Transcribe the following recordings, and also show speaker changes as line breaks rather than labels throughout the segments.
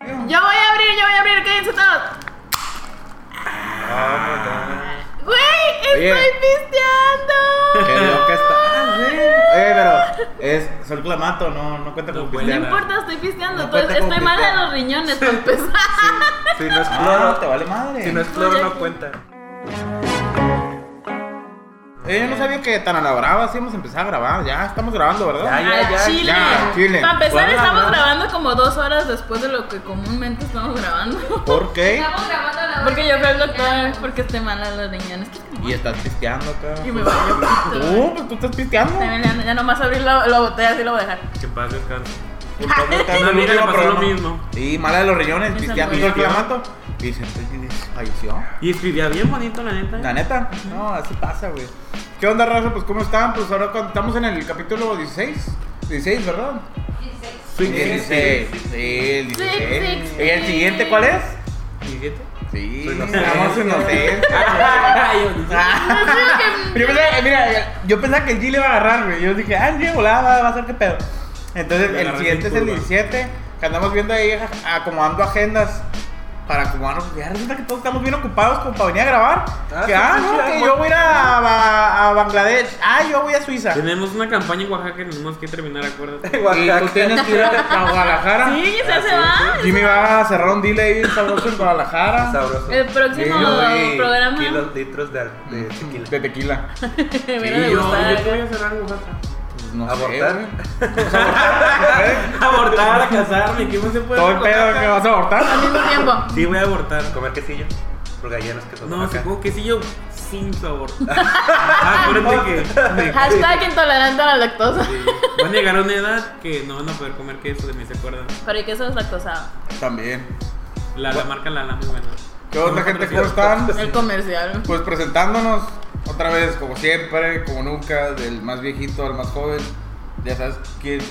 Yo voy a abrir, yo voy a abrir, quédense todos.
Ah,
¡Güey!
Oye.
¡Estoy pisteando!
Qué loca está. Ah, sí. Oye, pero es sol clamato, no, no cuenta
No
con
huele
No
pistear.
a nada.
importa, estoy pisteando.
No
todo-
cuenta como
estoy mal de
pistear.
los riñones para empezar.
Si no es
Ah,
cloro,
te vale madre.
si no es cloro no cuenta.
Eh, yo no sabía que tan a la brava sí íbamos a empezar a grabar. Ya estamos grabando, ¿verdad?
Ya,
Al
ya,
Chile.
ya, Chile.
Para empezar,
Bueno,
estamos
no.
grabando como dos horas después de lo que comúnmente estamos grabando.
¿Por qué?
Estamos grabando a la
Porque yo fui al doctor porque estoy mala de los riñones.
Y estás pisteando acá.
Y me valió pito.
Tú, pues tú estás pisteando.
También ya, ya nomás abrir la, la botella, así lo voy a dejar.
Que en paz descanse.
Culpable,
Una amiga le
último
pasó lo
programa.
mismo.
Sí, mala de los riñones,
Esa
pisteando
fue.
sol clamato. Y dice, entonces falleció.
Y escribía bien bonito, la neta.
La neta, no, así pasa, güey. ¿Qué onda, raza? Pues, ¿cómo están? Pues ahora cuando estamos en el capítulo 16. 16, ¿verdad?
16.
Sí,
El
sí, sí.
16. Sí, el
Six,
16.
six,
¿Y el
six.
siguiente cuál es?
¿17?
Sí,
Soy inocente.
estamos inocentes.
Ay, yo no sé.
Yo pensaba, eh, mira, yo pensaba que el G le iba a agarrar, güey. Yo dije, ah, G, volá, va, va a ser qué pedo. Entonces,
Le
el
agarré
siguiente es
sin
el
curva.
17, que andamos viendo ahí, a- acomodando agendas. Para acomodarnos, ya resulta que todos estamos bien ocupados como para venir a grabar.
Ah,
que,
sí,
ah,
sí,
no,
sí,
que
ah,
yo voy a ir a, Ba- a Bangladesh. Ah, yo voy a Suiza.
Tenemos una campaña en Oaxaca que tenemos que terminar, acuérdate.
Y tú
Oaxaca.
tienes que ir a Guadalajara.
Sí, ya se va.
Jimmy va a cerrar un deal ahí sabroso en Guadalajara.
Sabroso.
El próximo
Yo y
programa.
Kilos, litros de, de tequila.
De tequila.
Me hubiera
Y yo, yo
gustado.
te voy a cerrar en Oaxaca.
Pues no
¿Abortar?
sé, güey. Pues, abortar, ¿eh?
Abortar, casarme, ¿qué más se
Pues
puede
Todo el
hacer en
pedo
Oaxaca?
que vas a abortar.
Al mismo tiempo.
Sí, voy a abortar.
Comer quesillo. Porque allá no es que son
No,
acá.
sí, como quesillo sin sabor. Acuérdate que
Hashtag intolerante a la lactosa.
van a llegar a una edad que no van a poder comer queso, de mí se acuerdan.
Pero ¿y qué eso es lactosado?
También.
La, la marca Lala, muy buena.
¿Qué onda, gente? ¿Cómo están?
El comercial.
Pues presentándonos otra vez, como siempre, como nunca, del más viejito al más joven. Ya sabes quién.
Sí,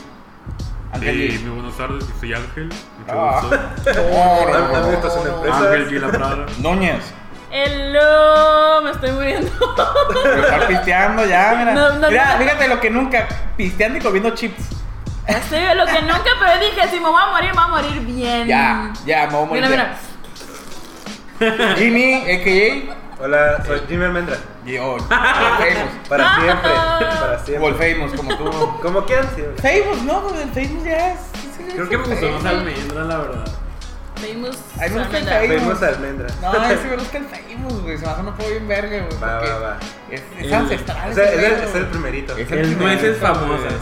Ángel.
muy buenas tardes, yo soy Ángel, mucho
Ah.
gusto.
No, no,
Tanta
no,
invitación de
no, no.
empresa.
Ángel Gila Prada.
Núñez.
Hello, me estoy muriendo.
Pero estar pisteando ya, mira.
No, no,
mira,
no.
fíjate lo que nunca. Pisteando y comiendo chips.
Estoy de lo que nunca, pero dije, si me voy a morir, me voy a morir bien.
Ya, ya, me voy a morir.
Mm. Mira, mira.
Jimmy, a.k.a.
Hola, soy Jimmy Almendra.
Y- oh, Famous.
Para siempre.
Ah.
Para
O el
siempre.
Famous, como tú.
Como quieran siempre.
Famous, no, Pues el Famous ya es.
Creo que me gustó más almendra, la verdad.
Seguimos.
Ay, me gusta el
Almendra.
Facebook.
Fuimos a Almendra.
No, ese me gusta el Famous, güey. Se me hace un juego bien verga, güey.
Va,
porque
va, va.
Es, es
El-
ancestral.
O sea,
ese
es el,
pedo,
es el
güey.
primerito.
Es
El nueces
primerito, güey.
famosas.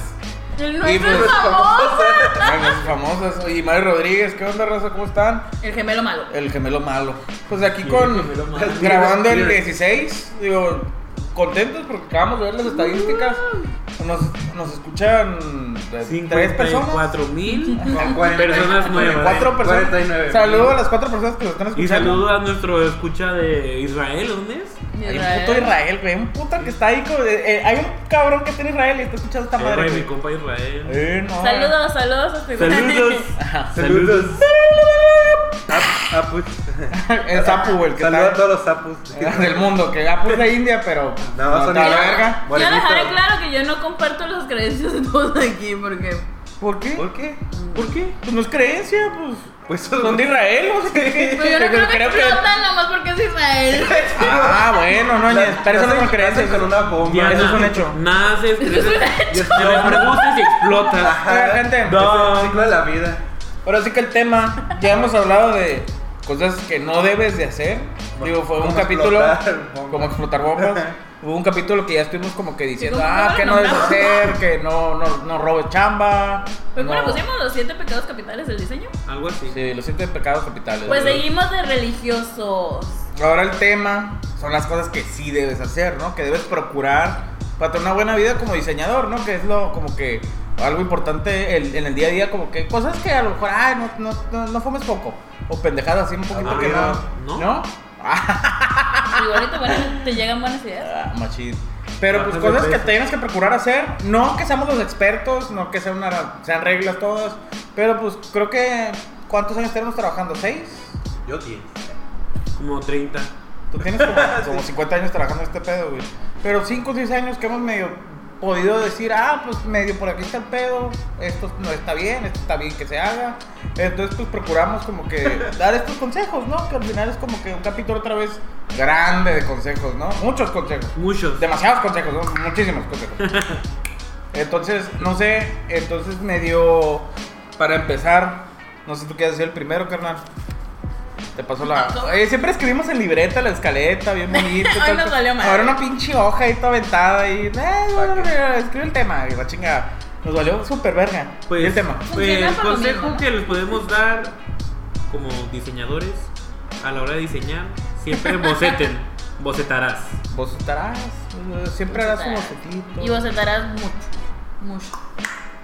El
Y
nuestro
pues-
es famoso.
Ay, nueces famosas. Y Mario Rodríguez, ¿qué onda, raza? ¿Cómo están?
El gemelo malo.
El gemelo malo. Pues aquí
Sí,
con.
el gemelo malo.
Grabando el
Sí.
16, digo, contentos porque acabamos de ver las estadísticas. Nos, nos escuchan de tres personas.
54 mil
Con 40
personas nuevas.
Cuatro personas.
49.
Saludo a las cuatro personas que nos están escuchando.
Y saludo a nuestro escucha de Israel, ¿dónde es?
Hay un puto Israel, güey. Un puto que está ahí. como de- eh, hay un cabrón que está en Israel y está escuchando esta
Eh,
madre.
güey, mi
güey.
compa Israel.
Eh, no.
Saludos, saludos. hasta-
Saludos.
Saludos. Apus.
El sapu, güey. el que
Saludo a
está
todos los sapus.
del mundo. Que Apu es de India, pero.
No, son
está la
indianos.
verga.
Quiero
Morenito.
dejar en claro que yo no comparto las creencias de todos aquí porque.
¿Por qué?
¿Por qué?
¿Por qué? Pues no es creencia, pues.
Pues
Son de Israel, o sea, ¿qué- qué-
Pero Pues yo no
qué-
creo que
creo que-
explotan nomás porque es Israel.
Ah, bueno, no,
La-
ñe, pero eso no
nacen-
son creencias.
nacen con una bomba.
Ya, eso es un hecho.
Naces, creces,
Yo
te reproduces y explotas.
Oiga, gente,
Es el ciclo de la vida.
Ahora sí que el tema, ya hemos hablado de cosas que no debes de hacer. Digo, fue un
Como
capítulo
explotar bombas.
como explotar bombas. Hubo un capítulo que ya estuvimos como que diciendo,
Sí, como
ah,
que
que
no
no
Pues, lo
debes
nombramos.
hacer, que no, no, no robes chamba.
Pues
no-
bueno, pusimos los siete pecados capitales del diseño.
Algo así.
Sí, los siete pecados capitales.
Pues
¿verdad?
seguimos de religiosos.
Ahora el tema son las cosas que sí debes hacer, ¿no? Que debes procurar para tener una buena vida como diseñador, ¿no? Que es lo como que algo importante el- en el día a día, como que cosas que a lo mejor, ay, no, no, no, no fumes poco. O pendejadas así un poquito que no.
¿no?
¿No?
Igualito, bueno, te llegan buenas ideas.
Ah, machín. Pero pues
Bajas de
cosas que
peso.
tienes que procurar hacer, no que seamos los expertos, no que sea una- sean reglas todas, pero pues creo que ¿cuántos años tenemos trabajando? ¿Seis?
Yo 10.
Como 30.
Tú tienes como, como 50 años trabajando en este pedo, güey. Pero 5 o 6 años que hemos medio podido decir, ah, pues medio por aquí está el pedo, esto no está bien, esto está bien que se haga. Entonces, pues procuramos como que dar estos consejos, ¿no? Que al final es como que un capítulo otra vez grande de consejos, ¿no? Muchos consejos.
Muchos.
Demasiados consejos, ¿no? muchísimos consejos. Entonces, no sé, entonces medio para empezar, no sé tú quieres decir el primero, carnal. Te pasó la. Oye, siempre escribimos en libreta la escaleta, bien bonito.
Hoy
tal,
nos
tal.
valió madre.
Ahora una pinche hoja ahí toda aventada y. eh, bueno,
qué?
mira, escribe el tema, y la chinga. Nos valió súper verga.
Pues,
Y el tema.
pues,
Funciona
el
para lo
consejo
mismo.
que les podemos dar como diseñadores a la hora de diseñar, siempre boceten, bocetarás.
Vos estarás. Siempre harás un bocetito.
Y bocetarás mucho. Mucho.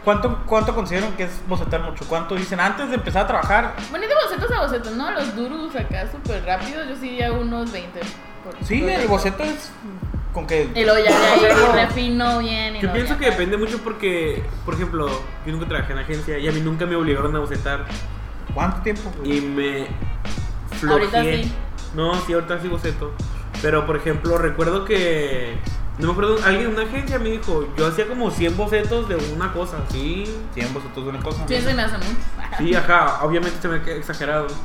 ¿Cuánto, ¿Cuánto consideran que es bocetar mucho? ¿Cuánto dicen antes de empezar a trabajar?
Bueno, y de bocetos a bocetos, ¿no? Los duros acá súper rápidos, yo sí hago unos 20. por-
Sí,
por
el
dentro.
boceto es con que.
Y luego ya de ahí
Yo-
refino bien. y
Yo
luego
pienso
ya.
que depende mucho porque, por ejemplo, yo nunca trabajé en agencia y a mí nunca me obligaron a bocetar
¿Cuánto tiempo? güey?
y me
Ahorita
flojeé.
sí.
No, sí, ahorita sí boceto. Pero, por ejemplo, recuerdo que... No me acuerdo, alguien en una agencia me dijo, yo hacía como 100 bocetos de una cosa, sí.
¿Tienen bocetos de una cosa?
Sí, se me hace mucho.
Sí, ajá, obviamente se me ha exagerado.
Hay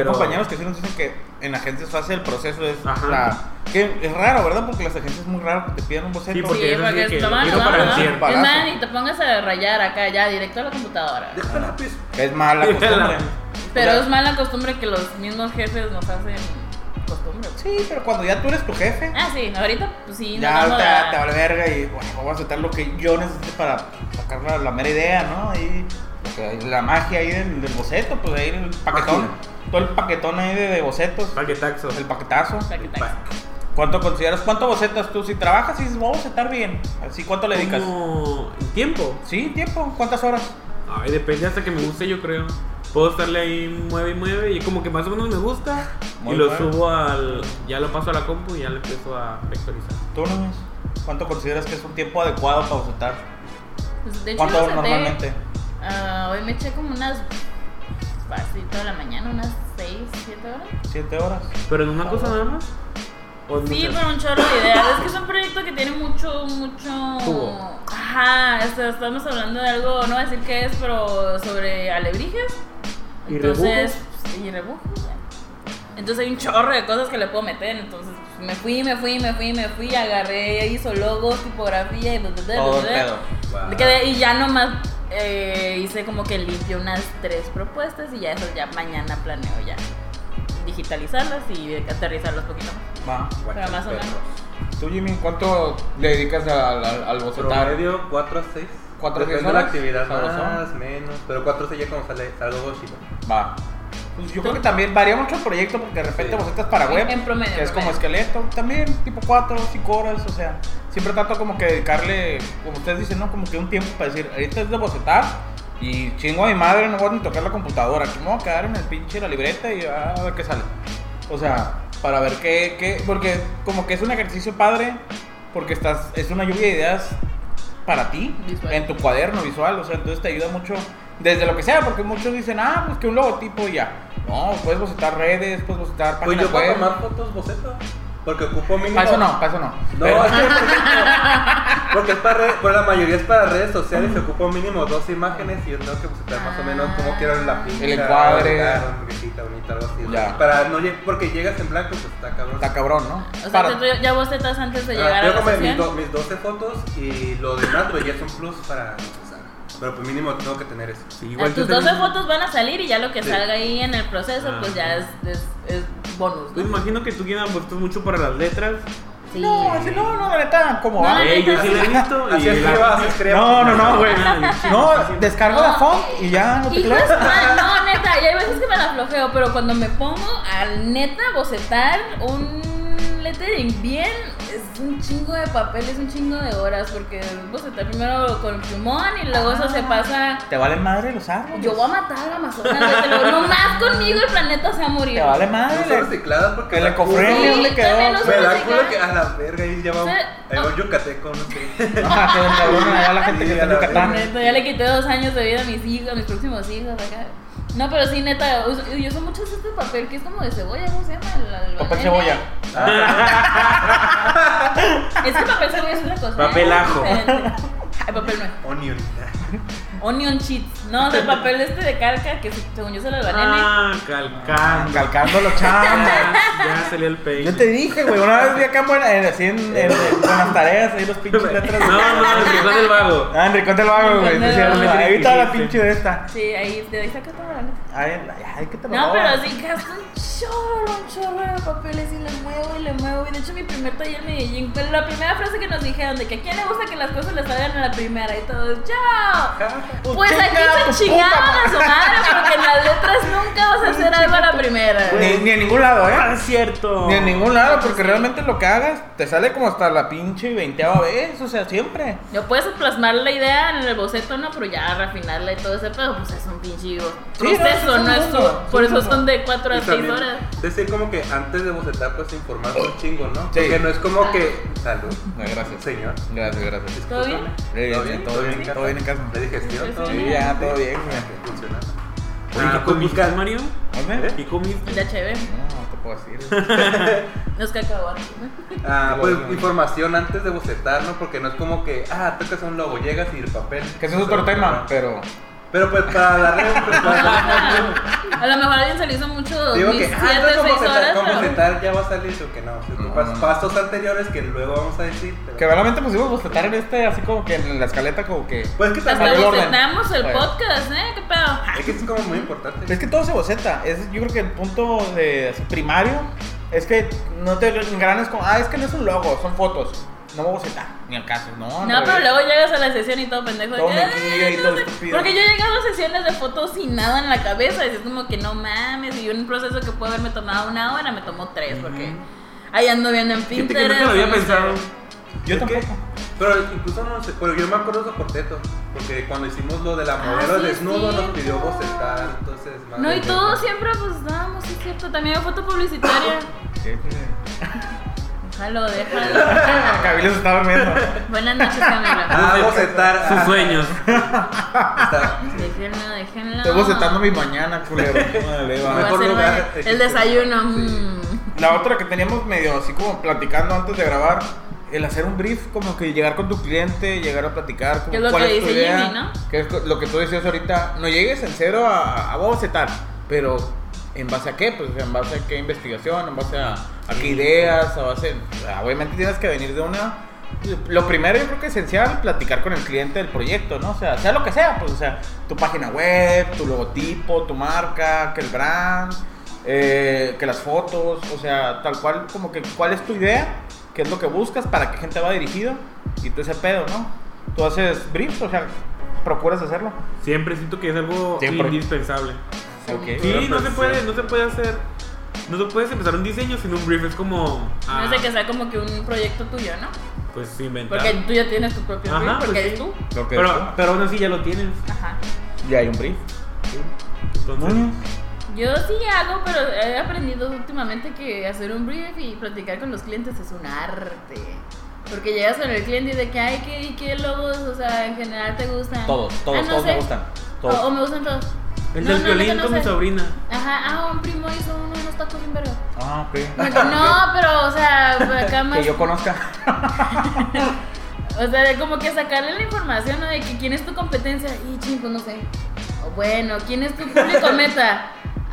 Pero...
compañeros que sí nos dicen que en la agencia se hace el proceso. Es,
Ajá.
la- que es raro, ¿verdad? Porque las agencias es muy raro que te pidan un boceto.
Sí,
Sí,
porque es así
porque
de que
no más,
quiero
no,
para
no.
el
Es
palazo.
más, ni te pongas a rayar acá ya, directo a la computadora.
Deja
Ah.
lápiz.
Es mala costumbre.
Pero
O sea,
es mala costumbre que los mismos jefes nos hacen costumbre.
Sí, pero cuando ya tú eres tu jefe,
Ah, sí, ahorita pues sí,
ya
no
te, te
vamos
vale verga y bueno, voy a aceptar lo que yo necesite para sacar la, la mera idea, ¿no? Y o sea, la magia ahí del, del boceto, pues ahí el paquetón.
Magia.
Todo el paquetón ahí de, de bocetos.
Paquetaxo.
El paquetazo.
a...
¿Cuánto consideras? ¿Cuánto bocetas tú? Si trabajas y dices, voy a bocetar bien. Así, ¿cuánto le dedicas?
Como el tiempo.
Sí, tiempo. ¿Cuántas horas?
Ay, depende hasta que me guste, yo creo. Puedo estarle ahí mueve y mueve y como que más o menos me gusta
Muy
y lo
bueno.
subo al ya lo paso a la compu y ya lo empiezo a vectorizar.
¿Tú no ves? ¿Cuánto consideras que es un tiempo adecuado para bocetar?
Pues, de hecho,
¿Cuánto
lo
horas
senté,
normalmente?
ah, hoy me eché como unas. Así toda la mañana, unas 6, 7 horas.
¿Siete horas?
Pero en
Ah,
una cosa nada más. ¿O en
Sí,
muchas?
pero un chorro de ideas. Es que es un proyecto que tiene mucho, mucho.
Jugo.
Ajá, o sea, estamos hablando de algo, no voy a decir qué es, pero sobre alebrijes.
¿Y
Entonces, pues, y rebujos. ya. Entonces hay un chorro de cosas que le puedo meter. Entonces pues, me fui, me fui, me fui, me fui. Agarré, hizo logos, tipografía y bla, bla, bla,
Todo el
bla, bla.
pedo.
Me quedé- y ya nomás eh, hice como que limpio unas tres propuestas y ya eso ya mañana planeo ya digitalizarlas y aterrizarlas poquito más.
Va.
Pero más o menos.
¿Tú, Jimmy, cuánto le dedicas al, al, al bocetar?
Promedio 4 a 6.
¿Cuatro a seis
Depende de la
horas?
actividad,
Sabrosón.
más, menos. Pero 4 a 6 ya cuando sale algo chido.
Va. Pues yo creo que también varía mucho el proyecto porque de repente
Sí.
bocetas para
En-
web,
en promedio,
que es como
promedio.
esqueleto, también tipo 4, 5 horas, o sea, siempre trato como que dedicarle, como ustedes dicen, ¿no? Como que un tiempo para decir, ahorita es de bocetar y chingo a mi madre, no voy a ni tocar la computadora, aquí me voy a quedar en el pinche la libreta y a ver qué sale. O sea, para ver qué, qué, porque como que es un ejercicio padre, porque estás, es una lluvia de ideas para ti,
Visual.
en tu cuaderno visual, o sea, entonces te ayuda mucho desde lo que sea, porque muchos dicen, ah, pues que un logotipo y ya. No, puedes bocetar redes, puedes bocetar
Pues
páginas
yo para
web.
tomar fotos boceto. Porque ocupo mínimo.
Para Ah, eso no, para eso no.
No,
Pero-
es que por ejemplo, porque es para red- pero la mayoría es para redes sociales y ocupo mínimo dos imágenes y yo tengo que buscar más o menos cómo quiero la pinta,
Ah. El encuadre.
la hamburguesita bonita, algo así.
Ya.
Para no lle- porque llegas en blanco, pues está cabrón.
está cabrón, ¿no?
O sea,
Para-
que tú ya bocetas antes de
Ah,
llegar a
tengo
la
como
sesión.
mis, do- mis 12 fotos y lo demás pues, ya es un plus para usar. Pero pues mínimo tengo que tener eso.
Sí,
Ah,
igual yo
tus 12
también-
fotos van a salir y ya lo que
Sí.
salga ahí en el proceso,
Ah,
pues
sí.
ya es, es, es bonus.
Pues
¿no?
imagino que tú quieras apuestas mucho para las letras.
Sí.
No, así, no, no, la neta, ¿cómo
No,
va?
la
Eh, yo sí la he visto.
Así
y la-
escriba, así escriba.
No, no, no, güey.
Ah, y-
No, descargo la font y ya no te
Hijo
creo.
de su madre, no, neta, y hay veces que me la flojeo, pero cuando me pongo a neta bocetar un lettering bien, es un chingo de papel, es un chingo de horas, porque es bocetar primero con el plumón y luego eso se
Ah.
pasa.
Te vale madre los árboles.
Yo voy a matar a la Amazonas, güey, te lo- nomás conmigo el planeta se va a morir.
Te vale
No son
madre.
recicladas porque
El
da culo.
ecofriendly, ¿dónde
Sí,
quedó?
también los-
Me da
recicladas.
culo que a la verga y ya va un,
Sí,
ahí va un
no.
yucateco, no sé.
Ajá, que don cabrón, allá la gente que está en Yucatán.
Neta, ya le quité dos años de vida a mis hijos, a mis próximos hijos acá. No, pero sí, neta, uso- yo uso mucho este papel que es como de cebolla, ¿cómo se llama? El- el-
Papel
el-
cebolla.
Ah,
Es que papel cebolla es otra cosa.
Papel ajo.
diferente. Ay, papel no.
Onion.
Onion cheats. No, del papel este de calca que se- según yo se lo gané.
Ah, calcando.
Calcándolo, chava.
Ya salió el peine.
Yo te dije, güey, una vez vi acá en, buena, en, así en, en- en Buenas Tareas, ahí los pinches letras.
No, no, el rincón del vago.
Ah, en Rincón del Vago, güey.
Rincón del
sí,
Vago.
güey, Ahí está la pinche de esta.
Sí, ahí, de ahí saca todo la neta.
Ay, ay, ¿qué te
No,
robas?
pero sí gasto un chorro, un chorro de papeles y le muevo y le muevo. Y de hecho, mi primer taller en Medellín, pues, la primera frase que nos dijeron de que a quién le gusta que las cosas le salgan a la primera y todo, ¡chao! Pues
chinga
aquí
tu
se
puta
chingaron a su madre porque en las letras nunca vas a hacer algo a la primera.
Ni, ni en ningún lado,
Ah,
¿eh?
es cierto.
Ni en ningún lado, porque realmente lo que hagas te sale como hasta la pinche veinteava vez, o sea, siempre.
No puedes plasmar la idea en el boceto, no, pero ya refinarla y todo ese pedo, pues es un pinche
no, es
proceso,
un
no es
mundo,
todo.
es
Por
un
eso
mundo.
son de 4 a
Y
6
también,
horas.
decir, como que antes de bocetar, pues informarse un chingo, ¿no?
Sí.
Porque no es como que. Salud,
No, gracias.
señor.
Gracias, gracias.
¿Todo bien?
Eh, sí, todo bien,
en
todo bien en casa.
¿La digestión? ¿Todo
Sí,
bien?
ya, todo bien, güey.
Funciona. pues,
Ah,
Oye,
¿Comiste,
comica-
Mario?
¿Dónde?
¿Y comiste?
La chévere.
No, no te puedo decir.
Los cacahuates. ¿no?
Ah, pues
Logo.
información antes de bocetar, ¿no? Porque no es como que, ah, tocas un logo, llegas y el papel.
Que ese es otro tema, pero.
Pero pues para darle pues, para darle-
Ah,
A lo mejor a alguien se le hizo mucho
Digo
2007,
que,
6
ah, entonces con bocetar,
horas,
con
pero...
bocetar ya va a salir o que no. Se
No,
pas-
no.
Pasos anteriores que luego vamos a decir. pero-
Que realmente pusimos bocetar en este, así como que en la escaleta, como que.
Pues es que
Hasta
Para el
también.
orden.
bocetamos el
Bueno.
podcast, ¿eh? ¿Qué pedo?
Es que es como muy importante.
Es que todo se boceta. Es, yo creo que el punto de, así, primario es que no te engranes con. Ah, es que no es un logo, son fotos. No voy a bocetar, ni al caso, no. al
No, pero
revés.
luego llegas a la sesión y todo pendejo. de
Todo
que,
metido y
"Ay, no
todo
sé".
estúpido.
Porque yo he llegado a sesiones de fotos sin nada en la cabeza. Y es como que no mames. Y un proceso que puede haberme tomado una hora me tomó tres. Porque ahí ando viendo en
Fíjate
Pinterest.
que nunca lo había
no sé.
pensado.
Yo
Es que-
tampoco.
Pero incluso no sé, pero yo me acuerdo de Porteto, porque cuando hicimos lo de la
Ah,
modelo
sí, es
desnudo nos pidió
cierto.
bocetar, entonces más
No, y
bien-
todo siempre pues dábamos, sí, es cierto. También hay foto publicitaria. Déjalo, déjalo.
Cabildo se está durmiendo.
Buenas noches, Camila.
Ah, bocetar.
Sus
ah,
sueños.
está-
Déjenlo, déjenlo.
Estoy bocetando mi mañana, culero. Vale, va.
Voy a
mejor
hacer
lugar.
el- El desayuno.
Sí.
mm.
La otra que teníamos medio así como platicando antes de grabar, el hacer un brief, como que llegar con tu cliente, llegar a platicar, como
Que es lo
cuál
que
es tu
dice
idea,
Jimmy, ¿no?
que es lo que tú decías ahorita, no llegues en cero a, a bocetar, pero ¿en base a qué? Pues en base a qué investigación, en base a, a qué ideas, a base, obviamente tienes que venir de una... Lo primero yo creo que es esencial platicar con el cliente del proyecto, ¿no? O sea, sea lo que sea, pues o sea, tu página web, tu logotipo, tu marca, que el brand, eh, que las fotos, o sea, tal cual, como que cuál es tu idea, qué es lo que buscas, para qué gente va dirigido y tú ese pedo, ¿no? Tú haces briefs, o sea, procuras hacerlo.
Siempre siento que es algo
Siempre.
indispensable. pues
Ok.
Sí, no se puede, no se puede hacer. No se puede empezar un diseño sin un brief. Es como. ah,
No sé que sea como que un proyecto tuyo, ¿no?
Pues inventar.
Porque tú ya tienes tu propio
Ajá,
tweet, porque
pues
eres
sí.
tú.
Lo que
Pero, pero aún así ya lo tienes.
Ajá.
ya hay un brief.
Entonces,
Yo sí hago, pero he aprendido últimamente que hacer un brief y platicar con los clientes es un arte. Porque llegas con el cliente y de que, ay, ¿qué, y qué logos, o sea, en general te gustan?
Todos, todos,
Ah, no
todos
sé.
me gustan.
O,
Todos.
o me gustan todos.
el
No,
del
no,
violín
neta, no
con mi
sé.
sobrina.
Ajá, ah, un primo hizo uno, unos tacos bien verga.
Ah, ok.
Como que, No, pero, o sea, acá más.
Que yo conozca.
O sea, de como que sacarle la información ¿no? de que quién es tu competencia. Y chingos, no sé. O bueno, ¿quién es tu público meta?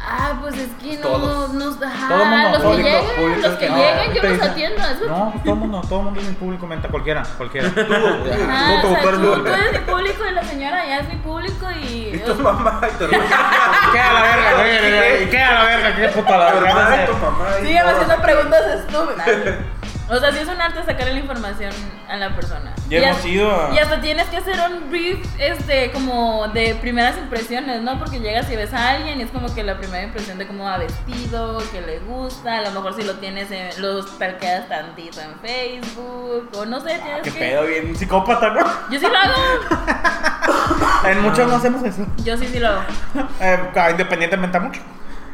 Ah, pues es que no,
Todos.
no, ajá,
Todo mundo,
los
público,
que lleguen,
público
los
que
que
no,
lleguen, yo
te
los
dicen,
atiendo. Eso.
No, todo el mundo, todo el mundo es mi público menta, cualquiera, cualquiera.
Ajá,
Ajá,
Ah, o sea,
todo el
tú,
mundo.
tú eres mi público y la señora ya es mi público y...
Y tu mamá y tu hermana.
Y queda la verga, güey, y queda la verga, qué puta la
Tu
verga. vas a
hermana y
hacer.
tu mamá. y
Sigue
todos.
haciendo preguntas estúpidas. O sea, sí es un arte sacarle la información a la persona.
Ya
Y
hemos
hasta-
ido a-
Y hasta tienes que hacer un brief, este, como de primeras impresiones, ¿no? Porque llegas y ves a alguien y es como que la primera impresión de cómo va vestido, que le gusta, a lo mejor si lo tienes, en, lo stalkeas tantito en Facebook, o no sé, tienes
Ah, Qué
que...
pedo, bien psicópata, ¿no?
Yo sí lo hago,
En muchos no hacemos eso.
yo sí sí lo hago.
Eh, ah, independientemente mucho.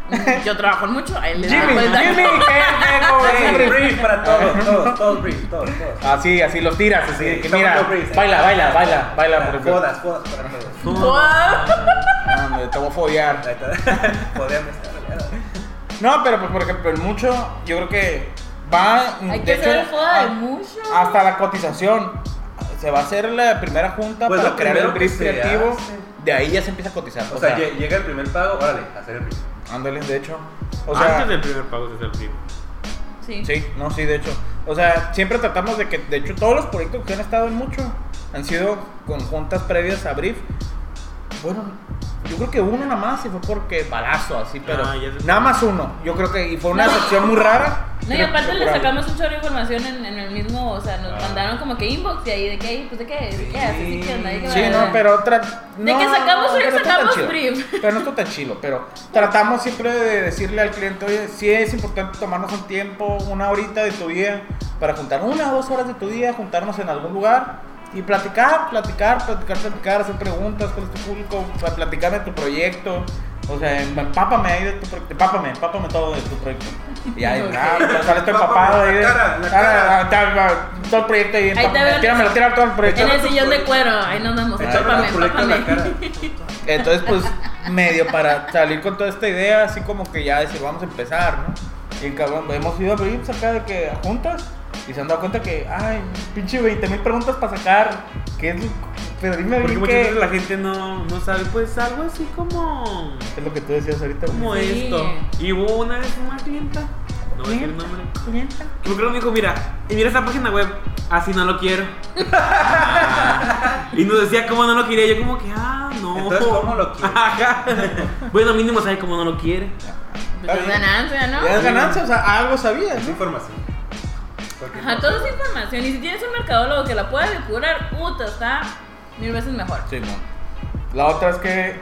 Ah,
Yo trabajo en mucho, ahí le
pues,
Jimmy, Jimmy,
Sí,
¿qué, qué, güey?
brief para todos, todos, todos brief, todos, todos.
Así, así los tiras, así de que
Estamos
mira,
los briefs.
baila, baila, baila, baila, por ejemplo.
Fodas, fodas para todos.
Ah, me- te voy a fodear.
Ahí está. Podemos estar peleados.
No, pero pues, por ejemplo, el mucho, yo creo que va,
Hay
de
que
hecho, ah,
hacer el joda de
a-
mucho.
hasta la cotización. Se va a hacer la primera junta
Pues
para
lo
crear el
primero que
brief
se
creativo.
hace.
De ahí ya se empieza a cotizar.
O sea, lle- llega el primer pago, órale, a hacer el primero.
ándale, de hecho. O sea,
Antes del primer pago se hace el primo.
Sí.
Sí, no, sí, de hecho. O sea, siempre tratamos de que, de hecho, todos los proyectos que han estado en mucho han sido con juntas previas a Brief. Bueno, yo creo que uno nada más y fue porque balazo, así, pero
Ah, ya sé.
nada más uno. Yo creo que y fue una excepción muy rara.
No, y
pero
aparte
que
le
procuramos.
sacamos un chorro de información en, en el mismo, o sea, nos
Ah.
mandaron como que inbox y ahí de que, pues de qué, de qué haces, y qué onda, y qué
Sí,
bla,
no,
bla.
pero otra.
De
no,
que sacamos-
pero no está tan
sacamos
chido.
brief.
Pero no está tan chido, pero tratamos siempre de decirle al cliente, oye, sí es importante tomarnos un tiempo, una horita de tu día, para juntar una o dos horas de tu día, juntarnos en algún lugar y platicar, platicar, platicar, platicar, hacer preguntas con tu público, pl- platicar de tu proyecto. O sea, empápame ahí de tu proyecto, empápame, empápame todo de tu proyecto. Y ahí,
Ok.
ah, pues, sale todo
Empápame
empapado
la
ahí. de-
cara, la
ah,
cara.
ah, ta- va, todo el proyecto ahí,
te
empápame,
veo en-
tíramelo, tira todo el proyecto.
En el sillón de cuero, ahí nos damos,
Echarme
pápame,
los proyectos en la cara.
pápame.
Entonces, pues, medio para salir con toda esta idea, así como que ya decir, vamos a empezar, ¿no? Y el cabrón, hemos ido a briefs acá de que juntas y se han dado cuenta que, ay, pinche 20 mil preguntas para sacar. Que es, pero dime
Porque
bien
muchas veces
qué
la gente no, no sabe, pues algo así como.
es lo que tú decías ahorita.
como
Sí.
esto. Y hubo una vez una clienta, no voy a decir el nombre, que me creo que me dijo, mira, y mira esta página web, así no lo quiero. y nos decía cómo no lo quería, yo como que, ah, no.
Entonces, ¿cómo lo quiere?
Ajá. bueno, mínimo sabe cómo no lo quiere.
Pues es ganancia, ¿no?
Ya es ganancia, o sea, algo sabías,
Es
¿no?
información. Cualquier
Ajá,
cosa.
todo es información. Y si tienes un mercadólogo que la pueda depurar, puta, está mil veces mejor.
Sí, no. La otra es que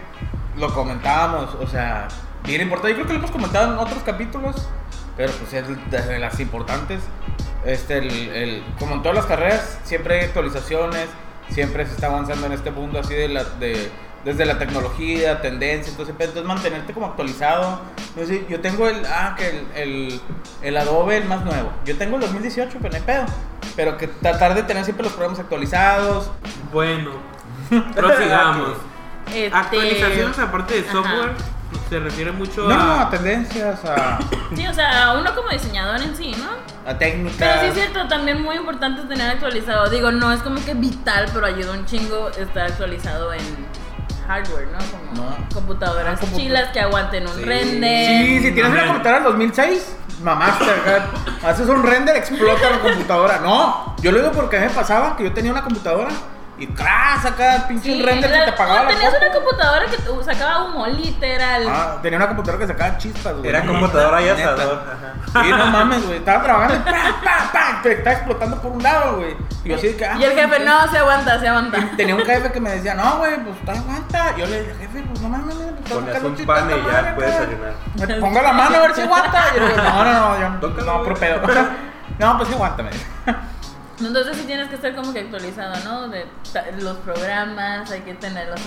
lo comentábamos, o sea, bien importante. Yo creo que lo hemos comentado en otros capítulos, pero pues es de de las importantes. Este, el, el- como en todas las carreras, siempre hay actualizaciones, siempre se está avanzando en este mundo así de la, de, desde la tecnología, tendencias, entonces, pero entonces mantenerte como actualizado. No sé, yo tengo el, ah, que el, el, el Adobe, el más nuevo. Yo tengo el 2018, pero pues, no hay pedo. Pero que tratar de tener siempre los programas actualizados,
Bueno, prosigamos.
Este,
Actualizaciones aparte de
Ajá.
software, se refiere mucho
No,
Ah.
no, a
a...
tendencias, a,
Sí, o sea, uno como diseñador en sí, ¿no?
a técnicas.
Pero sí es cierto, también muy importante es tener actualizado. Digo, no es como que vital, pero ayuda un chingo estar actualizado en hardware, ¿no? Como
No.
computadoras
Ah, compu-
chilas que aguanten un
Sí.
render.
Sí, si tienes una
Manuel.
computadora del 2006, mamaste acá. Haces un render, explota la computadora. No, yo lo digo porque a mí me pasaba que yo tenía una computadora y cras acá, pinche
Sí,
un render
la-
que te pagaba la
tenías
compu.
una computadora que te- sacaba humo, literal.
Ah, tenía una computadora que sacaba chispas, güey.
Era
No,
computadora y
neta.
asador. Ajá.
Sí, no mames, güey. Estaba trabajando y pa, pa, pa, te estaba explotando por un lado, güey. Y yo así de que. ah,
y el jefe,
sí.
no, se aguanta, se aguanta.
Tenía un jefe que me decía, no, güey, pues está aguanta. Yo le dije, jefe, pues no mames, pues está
Ponías
sacando
un
chiste
pan
esta
y ya
madre,
puedes
acá".
ayunar.
Me pongo la mano a ver si aguanta. Y yo le digo, no, no, no, yo,
Tócalo,
no,
güey.
por pedo. No, pues sí, aguántame.
Entonces sí tienes que estar como que actualizado, ¿no? De ta- los programas, hay que tenerlos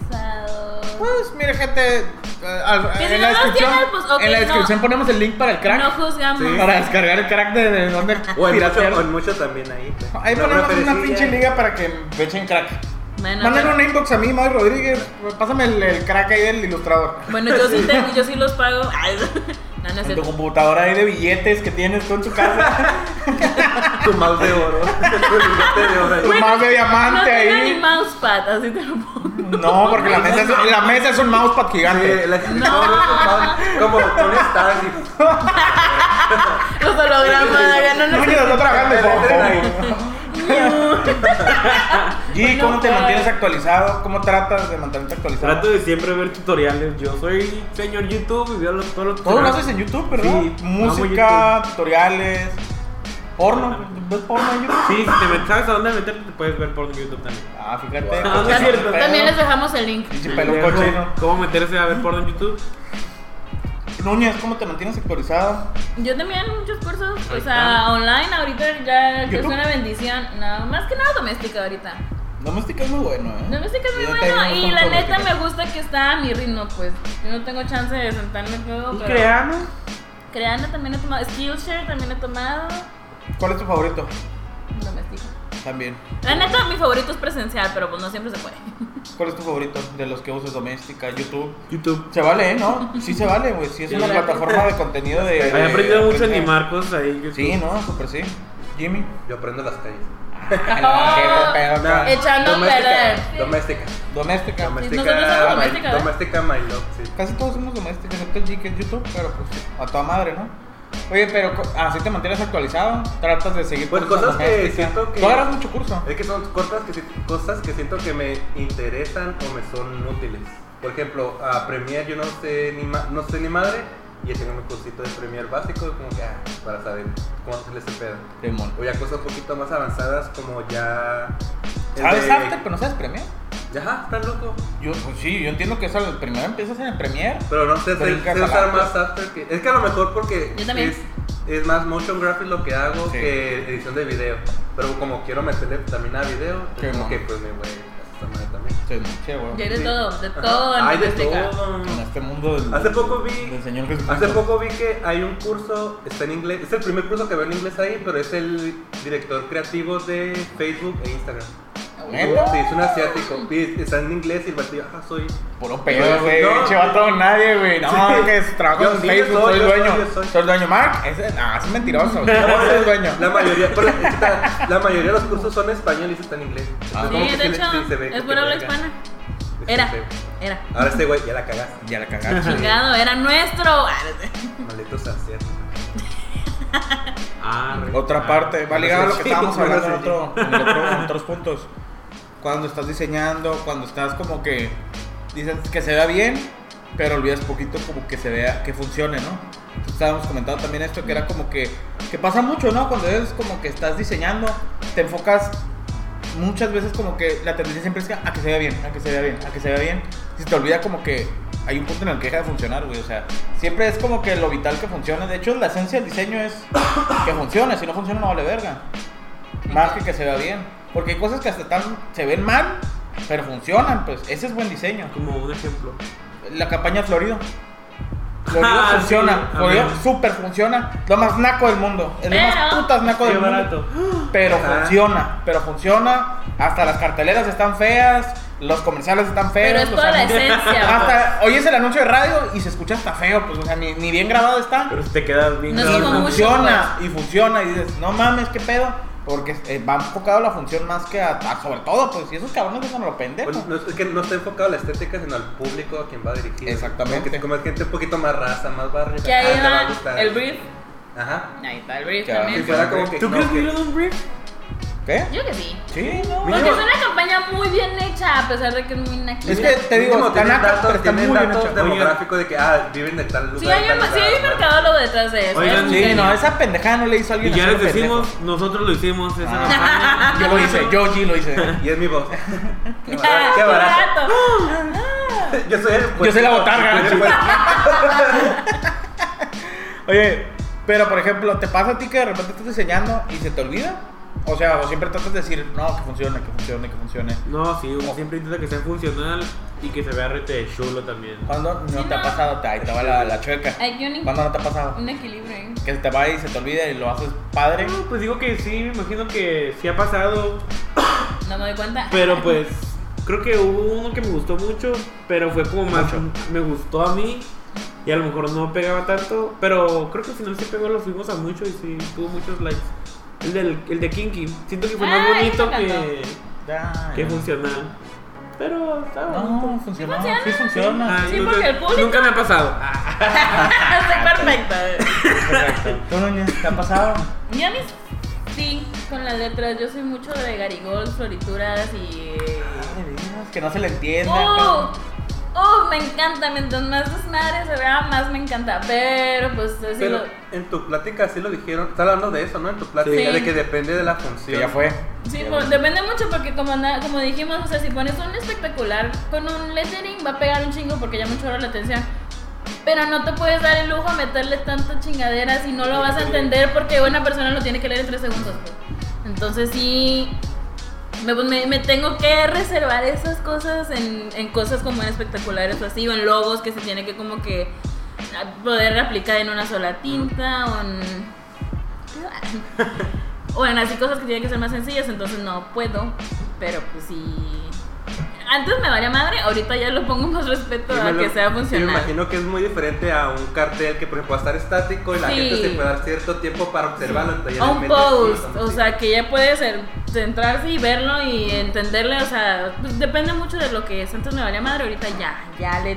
actualizados.
Pues mire, gente, eh, al-
Que si
en,
no
la
los
descripción,
tienes, pues, ok,
en la
no.
descripción ponemos el link para el crack.
No juzgamos.
Sí.
Para descargar el crack de, de donde
O en mucho,
piratear.
o en mucho también ahí. pues.
Ahí
No,
ponemos
pero
una
sí,
pinche
ya.
liga para que me echen crack.
Bueno,
Mándenle
pero-
un inbox a mí, Mario Rodríguez. Pásame el, el crack ahí del ilustrador.
Bueno, yo sí, tengo- yo sí los pago. Ay, no, no es
En tu
cierto.
computadora ahí de billetes que tienes tú en tu casa.
Tu mouse de oro. Tu billete de oro. ahí.
tu mouse de
No
diamante
tengo
ahí.
ni mousepad, así te lo pongo.
No, porque la mesa, es, la mesa es un mousepad
Sí,
gigante.
la- no, no, tu mouse. Como un Stark.
Los hologramas, ya no
No,
nos...
yo lo estoy trabajando de
Entren ahí.
Y
Bueno,
¿cómo te
pues.
mantienes actualizado? ¿Cómo tratas de mantenerte actualizado?
Trato de siempre ver tutoriales. Yo soy señor YouTube y veo los, todos los
Todo lo
tutoriales.
haces en YouTube, ¿verdad?
Sí,
Música,
amo
tutoriales, porno. ¿Ves porno en YouTube?
Sí, si te metes, sabes a dónde meterte, te puedes ver porno en YouTube también.
Ah, fíjate.
Wow.
cochino,
No es cierto.
pedo.
También les dejamos el link.
Pinche pelo cochino.
¿Cómo meterse a ver porno en YouTube?
Núñez, ¿cómo te mantienes actualizado?
Yo también muchos cursos, o
Ahí
sea,
está.
online ahorita ya es
YouTube.
una bendición. No, más que nada doméstica ahorita.
Doméstica es muy bueno, ¿eh?
Doméstica es muy
Yo también
bueno
me
y
gusta
la
mucho
neta me
doméstica.
gusta que está a mi ritmo, pues. Yo no tengo chance de sentarme todo,
Y
pero...
creando.
Creando también he tomado, Skillshare también he tomado,
¿Cuál es tu favorito?
doméstica.
También.
La neta, mi favorito es presencial, pero pues no siempre se puede.
¿Cuál es tu favorito de los que usas doméstica? YouTube.
YouTube.
Se vale, ¿eh? ¿no? Sí se vale, güey. Sí es
Sí,
una
¿verdad?
plataforma de contenido de...
He aprendido
de-
mucho a
de-
animar cosas ahí. en YouTube.
Sí, ¿no? Súper sí. Jimmy.
Yo aprendo las calles.
Ah,
Qué pedo acá.
eh. Echando a perder.
Doméstica.
Doméstica.
Doméstica.
Nosotros somos doméstica,
my-
¿verdad?
Doméstica, my love, sí.
Casi todos somos domésticos, excepto el G, que es YouTube, pero pues a toda madre, ¿no? Oye, pero co- así te mantienes actualizado, tratas de seguir
Pues
cursos
cosas que
doméstica.
siento que- Eh,
Tú agarras mucho curso.
Es que son cosas que, si- cosas que siento que me interesan o me son útiles. Por ejemplo, a Premiere yo no sé ni, ma- no sé ni madre y ya tengo mi cursito de Premiere básico como que, ah, para saber cómo hacerle ese pedo.
Demon.
O ya cosas un poquito más avanzadas como ya... el
Sabes
de-
arte, pero no sabes Premiere.
Ajá, estás loco.
Yo, pues sí, yo entiendo que eso lo- primero empiezas en el Premiere.
Pero no sé, sé,
Brincas
sé
al
usar
arte.
más After que... Es que a lo mejor porque
Yo también.
es, es más motion graphic lo que hago
Sí.
que edición de video. Pero como quiero meterle también a video,
Qué
es como
mono.
que pues me voy a esta madre también.
Sí, sí, güey.
Ya hay de
Sí.
todo, de
Ajá.
todo en
Hay de
doméstica.
todo.
En este mundo del,
Hace poco vi-
del señor Jesucristo.
Hace poco vi que hay un curso, está en inglés, es el primer curso que veo en inglés ahí, pero es el director creativo de Facebook e Instagram.
¿Neta?
Sí, es un asiático. Y está en inglés y el batido, ah, soy.
Puro pedo, güey.
No.
Pinche vato, nadie, güey. No,
Sí.
que es- trabajo
Yo
en
sí,
Facebook,
soy,
soy,
yo
dueño.
soy, yo soy.
Soy, el dueño. Mark, ese, ah, es mentiroso. güey. No, es el dueño.
La mayoría, pero está- la mayoría de los cursos son en español y ese está en inglés.
Ah,
Entonces, como
Sí,
que
de
sí le-
hecho,
sí se ve
es
que
pura habla
verga.
hispana.
Sí, sí
Era,
se ve.
era.
Ahora este güey ya la cagaste.
Ya la cagaste.
Chingado, era nuestro.
Malditos asiáticos.
Ah, re-
Otra
ah.
parte, va ligado a lo que
Sí,
estábamos
bueno,
hablando en,
sí.
otro, en el otro- en otros puntos. Cuando estás diseñando, cuando estás como que dices que se vea bien, pero olvidas poquito como que se vea, que funcione, ¿no? Entonces, estábamos comentando también esto que era como que, que pasa mucho, ¿no? Cuando es como que estás diseñando, te enfocas muchas veces como que la tendencia siempre es que, a que se vea bien, a que se vea bien, a que se vea bien. Si te olvida como que hay un punto en el que deja de funcionar, güey. O sea, siempre es como que lo vital que funcione. De hecho, la esencia del diseño es que funcione. Si no funciona, no vale verga. Más que que se vea bien. Porque hay cosas que hasta tan, se ven mal, pero funcionan. Pues ese es buen diseño.
Como un ejemplo.
La campaña Florido. Florido
Ah,
funciona.
sí,
Florido
amigo.
súper funciona. Lo más naco del mundo. Es lo más
Pero-
putas naco
Qué
del mundo.
barato.
Pero
Ajá.
funciona, pero funciona. Hasta las carteleras están feas, los comerciales están feos.
Pero es
los
toda la
anuncios-
esencia. pues.
Hasta oyes el anuncio de radio y se escucha hasta feo, pues, o sea, ni, ni bien grabado está.
Pero si te quedas bien.
No es
y
cabrón.
como mucho, pues.
funciona, y funciona, y dices, no mames, qué pedo. Porque eh, va enfocado a la función más que a, a- sobre todo, pues, y esos cabrones son los pendejos.
Bueno, no, es que no está enfocado a la estética, sino al público a quien va dirigido.
Exactamente.
Como, que- como es gente un poquito más raza, más barrio.
Que
ah, te va a
ahí
gustar.
va el brief.
Ajá.
Ahí está el brief
Ya.
Si
también.
fuera como que.
¿Tú
no,
crees que
que-
vieron un brief?
¿Qué?
Yo que sí.
Sí, no.
Porque
Mínimo-
es una campaña muy bien hecha, a pesar de que es muy naquita.
Es que te digo,
Mínimo
están acá,
tienen
pero
datos,
están
tienen
muy bien
datos
hechos.
demográficos de que ah, viven en tal lugar.
Sí hay,
tal
un, sí hay un
lugar.
mercadólogo detrás de eso. ¿eh?
Oigan,
es
sí,
muy-
Sí, no, esa pendejada no le hizo a
Y
alguien.
ya
así,
les
un pendejo.
decimos, nosotros lo hicimos esa
Ah.
campaña.
Yo lo hice, yo sí lo hice.
Y es mi voz.
Qué
barato, qué barato.
barato.
Yo soy el
Yo soy la botarga. ¿eh?
Yo soy el-
Oye, pero por ejemplo, ¿te pasa a ti que de repente estás diseñando y se te olvida? O sea, o siempre tratas de decir, no, que funcione, que funcione, que funcione.
No, sí, uno siempre intenta que sea funcional y que se vea rete chulo también.
¿Cuándo no
Sí,
te ha
no.
pasado? Te- Ahí te va la, la chueca.
Hay que un,
¿Cuándo no te ha pasado?
un equilibrio. ¿eh? ahí.
Que se te va y se te olvida y lo haces padre.
No, pues digo que sí, me imagino que sí ha pasado,
No me doy cuenta.
pero pues creo que hubo uno que me gustó mucho, pero fue como más
Mucho.
me gustó a mí y a lo mejor no pegaba tanto, pero creo que al final sí pegó, lo subimos a mucho y sí tuvo muchos likes. El, del, el de Kinky, siento que fue más
Ah, ese
bonito
me
que,
Ya,
que
ya.
funcional, pero estaba bonito.
No, funcionó. Sí funciona.
Ah,
Sí,
nunca-
porque el público-
Nunca me ha pasado. Ah,
Estoy perfecta.
Perfecto. ¿Tú, Nuñez, te ha pasado?
Yo a mí sí, con las letras. Yo soy mucho de garigol, florituras y.
Ay, Dios, que no se le entienda.
¡Oh!
acá.
¡Oh! Me encanta. Mientras más desmadre se vea, más me encanta. Pero pues así
Pero
lo.
en tu plática sí lo dijeron. Estás hablando de eso, ¿no? En tu plática
Sí.
de que depende de la función.
Que ya fue.
Sí, pues, depende mucho porque como, anda- como dijimos, o sea, si pones un espectacular con un lettering va a pegar un chingo porque llama mucho la atención. Pero no te puedes dar el lujo a meterle tanta chingadera si no lo vas a entender porque una persona lo tiene que leer en tres segundos. pues. Entonces sí, me, pues, me- me tengo que reservar esas cosas en, en cosas como en espectaculares o así, o en logos que se tiene que como que ah, poder aplicar en una sola tinta o en... Bueno, así cosas que tienen que ser más sencillas, entonces no puedo. Pero pues sí. Antes me valía madre, ahorita ya lo pongo más respeto
Yo
a
me lo-
que sea
yo me
funcional.
imagino que es muy diferente a un cartel que, por ejemplo, va a estar estático y la
Sí.
gente se puede dar cierto tiempo para observarlo. entonces ya
A
le
un
metes
post,
cierto-
o sea, que ya puedes en- centrarse y verlo y entenderle, o sea, pues, depende mucho de lo que es. Antes me valía madre, ahorita ya, ya le,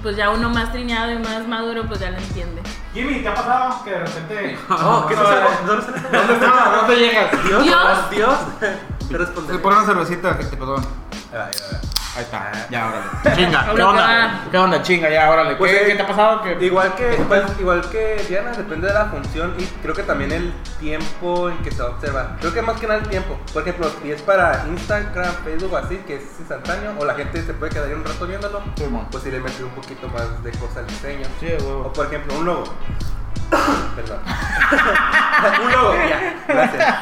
pues ya uno más trineado y más maduro, pues ya lo entiende.
Jimmy, ¿te ha pasado que de repente.
Oh, ¿qué
No,
pasa? ¿Dónde
¿Dónde estabas? ¿Dónde llegas?
Dios,
Dios.
Dios.
Te responde.
Se pone una cervecita, gente, perdón.
Ahí va, ahí va, ahí
Ahí
Ah.
está, ya, órale.
Chinga, ¿qué
Ahora
onda?
¿Qué onda, chinga? Ya, órale.
Pues,
¿Qué,
eh,
qué te ha pasado?
va.
Que...
Igual que, pues, igual que Diana, depende de la función y creo que también el tiempo en que se va a observar. Creo que más que nada el tiempo. Por ejemplo, si es para Instagram, Facebook o así, que es instantáneo, o la gente se puede quedar ahí un rato viéndolo,
Sí, mon.
pues sí le metes un poquito más de cosa al diseño.
Sí, huevo.
O por ejemplo, un logo. Perdón. un logo, ya. Gracias.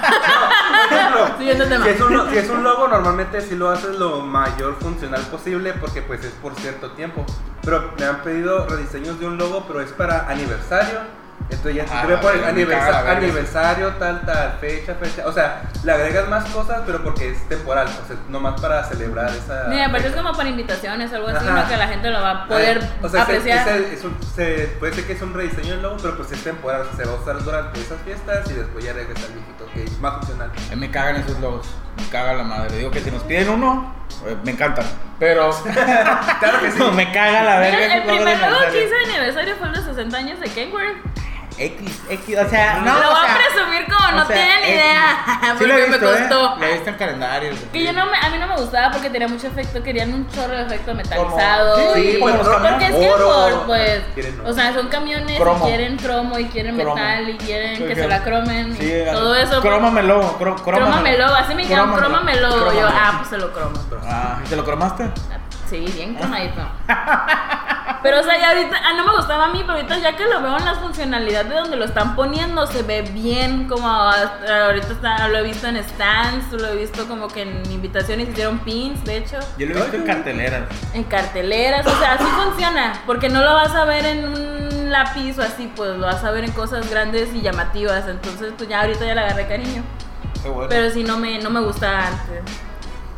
No, por
Siguiente tema.
ejemplo, si es, un, lo- si es un logo, normalmente si lo haces lo mayor funcional posible porque pues es por cierto tiempo. Pero me han pedido rediseños de un logo, pero es para aniversario. Entonces ya
Ah,
se
la
poner
verga, me caga la
aniversario,
verga.
aniversario, tal, tal, fecha, fecha. O sea, le agregas más cosas, pero porque es temporal. O sea, nomás para celebrar esa.
Mira, aparte es
fecha.
como para invitaciones, algo así,
Ajá.
¿no? que la gente lo va a poder
Eh,
Ah, o sea, se-
apreciar.
ese es un- se- puede ser que es un rediseño del logo, pero pues es temporal, o sea, se va a usar durante esas fiestas y después ya regresa al viejito, que es más funcional.
A mí me cagan esos logos. Me caga la madre. Digo que si nos piden uno, eh, me encantan. Pero.
Claro que sí.
No, me caga la verga.
Mira, el
esos logos
primer
de
logo que
aniversario.
hice de aniversario fue el de 60 años de Kenworth.
X, X, o sea, no.
lo
o
voy
sea,
a presumir como no
o sea,
tienen
X.
idea.
Sí
porque
lo he
me
visto,
costó.
¿eh? Lo he visto en calendarios.
Que yo no me, a mí no me gustaba porque tenía mucho efecto, querían un chorro de efecto metalizado.
Como- sí, pues,
y- pues,
sí, como los
porque
camiones.
es que
Oro.
por, pues,
Quieren oro.
o sea, son camiones
Cromo.
y quieren cromo y quieren
Cromo.
metal y quieren que
Ujú.
se la cromen y
Sí, eh,
todo eso. pues,
Crómamelo, cró, crómamelo.
Crómamelo, así me dijeron, crómamelo. Yo, ah, pues se lo cromo.
Ah, ¿y te lo cromaste?
Sí, bien cromadito. Pero, o sea, ya ahorita, ah, no me gustaba a mí, pero ahorita ya que lo veo en las funcionalidades de donde lo están poniendo, se ve bien, como ah, ahorita está- lo he visto en stands, lo he visto como que en invitaciones hicieron pins, de hecho,
Yo lo he visto en carteleras.
en carteleras, o sea, así funciona, porque no lo vas a ver en un lápiz o así, pues lo vas a ver en cosas grandes y llamativas, entonces pues ya ahorita ya le agarré cariño.
Qué bueno.
Pero si no me, no me gusta antes.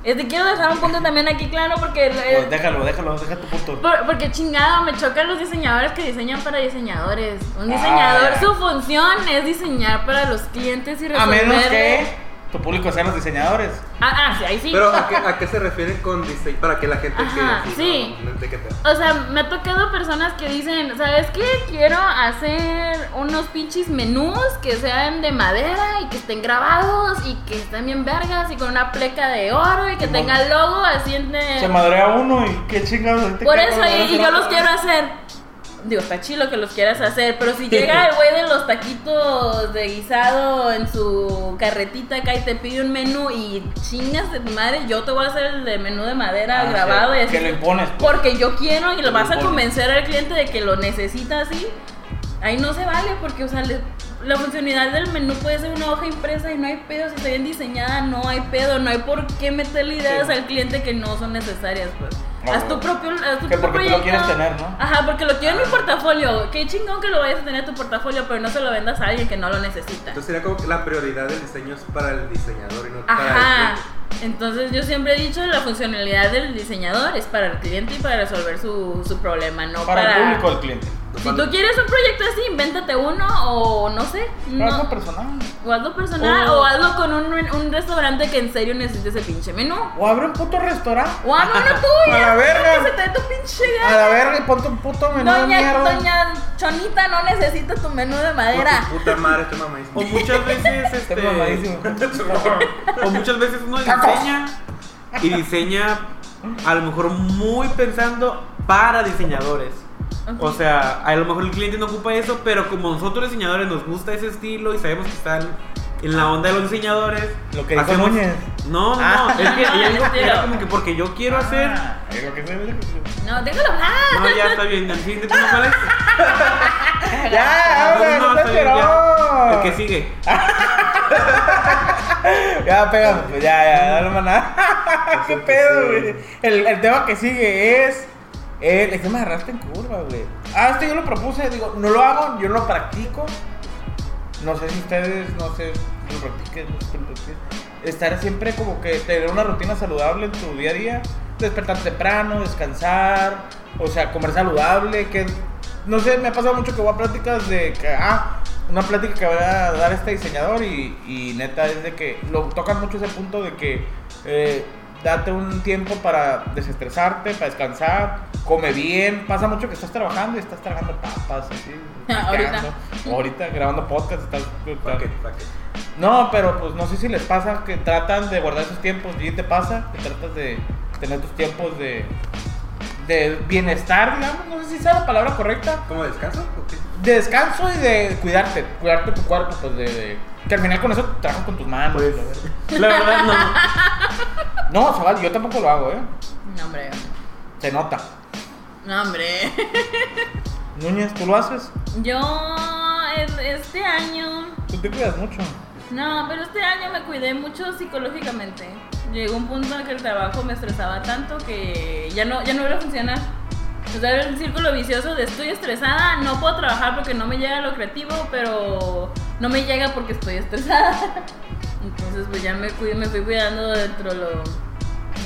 Este, quiero dejar un punto también aquí claro porque... eh, pues,
Pues déjalo, déjalo, deja tu punto.
por- porque chingado, me chocan los diseñadores que diseñan para diseñadores. Un diseñador,
Ah.
su función es diseñar para los clientes y resolver.
A menos que tu público sean los diseñadores.
Ah, ah, sí, ahí sí.
Pero ¿a qué, a qué se refieren con diseño? Para que la gente
Ajá,
quede
sí.
¿no? ¿De qué te-
O sea, me ha tocado personas que dicen, ¿sabes qué? Quiero hacer unos pinches menús que sean de madera y que estén grabados y que estén bien vergas y con una pleca de oro y que
Simón.
tenga el logo así en...
Se madrea uno y qué chingados. gente
Eh. Por
que
eso,
madrea
y, y
el
yo
otro.
los quiero hacer. Digo, está chilo que los quieras hacer, pero si llega el güey de los taquitos de guisado en su carretita acá y te pide un menú y chingas de tu madre, yo te voy a hacer el de menú de madera
Ah, sí,
grabado y así.
Que lo impones. pues.
Porque yo quiero y lo vas a
Bueno.
convencer al cliente de que lo necesita así. Ahí no se vale porque, o sea, le- la funcionalidad del menú puede ser una hoja impresa y no hay pedo. Si está bien diseñada, no hay pedo. No hay por qué meterle ideas
Sí.
al cliente que no son necesarias, pues.
No,
haz tu
no.
propio, haz tu propio
Que porque tú lo
proyecto.
quieres tener, ¿no? Ah.
Ajá, porque lo quiero en mi portafolio. Qué chingón que lo vayas a tener en tu portafolio, pero no se lo vendas a alguien que no lo necesita.
Entonces sería como que la prioridad del diseño es para el diseñador y no para
Ajá.
el cliente.
Entonces yo siempre he dicho la funcionalidad del diseñador es para el cliente y para resolver su, su problema, no para,
Para, el público, el cliente.
Si tú quieres un proyecto así, invéntate uno o no sé.
No. es
no-
lo personal.
o hazlo personal
O-
o hazlo con un, un restaurante que en serio necesite ese pinche menú.
O abre un puto restaurante.
O hazlo uno
A la
tuyo.
verga.
Que se te dé tu pinche
A la verga y ponte un puto menú de
Doña,
mierda.
doña Chonita no necesita tu menú de
Por
madera.
tu puta madre, este mamadísimo.
O muchas veces
Está
este.
mamadísimo.
o muchas veces uno diseña y diseña a lo mejor muy pensando para diseñadores. O sea, a lo mejor el cliente no ocupa eso, pero como nosotros diseñadores nos gusta ese estilo y sabemos que están en la onda de los diseñadores.
Lo que dijo Núñez.
No, no,
Ah.
es que ella dijo que era
Estilo.
como que porque yo quiero hacer.
Ah, es lo que se ve.
No, déjalo hablar.
No, ya está bien, el siguiente tema cuál es.
Ya, habla,
Ah, No,
Ah, no,
no, está
te
bien, ya. El
lloró.
que sigue.
Ya, pégame, pues ya, ya, dale maná. ¿Qué
el que
pedo,
sigue.
güey? El, el tema que sigue es. El, es que me agarraste en curva, güey. Ah, este yo lo propuse, digo, no lo hago, yo no lo practico. No sé si ustedes, no sé. que lo practiques, que lo practiques. Estar siempre como que tener una rutina saludable en tu día a día, despertar temprano, descansar, o sea, comer saludable, que no sé, me ha pasado mucho que voy a pláticas de que, ah, una plática que va a dar este diseñador y, y neta es de que lo tocan mucho ese punto de que eh, date un tiempo para desestresarte, para descansar, come bien, pasa mucho que estás trabajando y estás tragando papas, así,
Ahorita.
picando. ahorita grabando podcast, estás...
Pa' que- pa' que-
No, pero pues no sé si les pasa que tratan de guardar sus tiempos. ¿Y te pasa? Que tratas de tener tus tiempos de, de bienestar, digamos. No sé si sea la palabra correcta.
¿Cómo descanso? ¿O qué?
De descanso y de cuidarte. Cuidarte tu cuerpo, pues de. de- que al final con eso trabajas con tus manos.
Pues,
la verdad.
la verdad no.
No, chaval, yo tampoco lo hago, ¿eh?
No, hombre.
Se nota.
No, hombre.
Núñez, ¿tú lo haces?
Yo en- este año
Tú te cuidas mucho.
No, pero este año me cuidé mucho psicológicamente. Llegó un punto en que el trabajo me estresaba tanto que ya no, ya no iba a funcionar. O sea, era el círculo vicioso de estoy estresada, no puedo trabajar porque no me llega lo creativo, pero no me llega porque estoy estresada. Entonces, pues ya me, cuidé- me fui cuidando dentro de lo.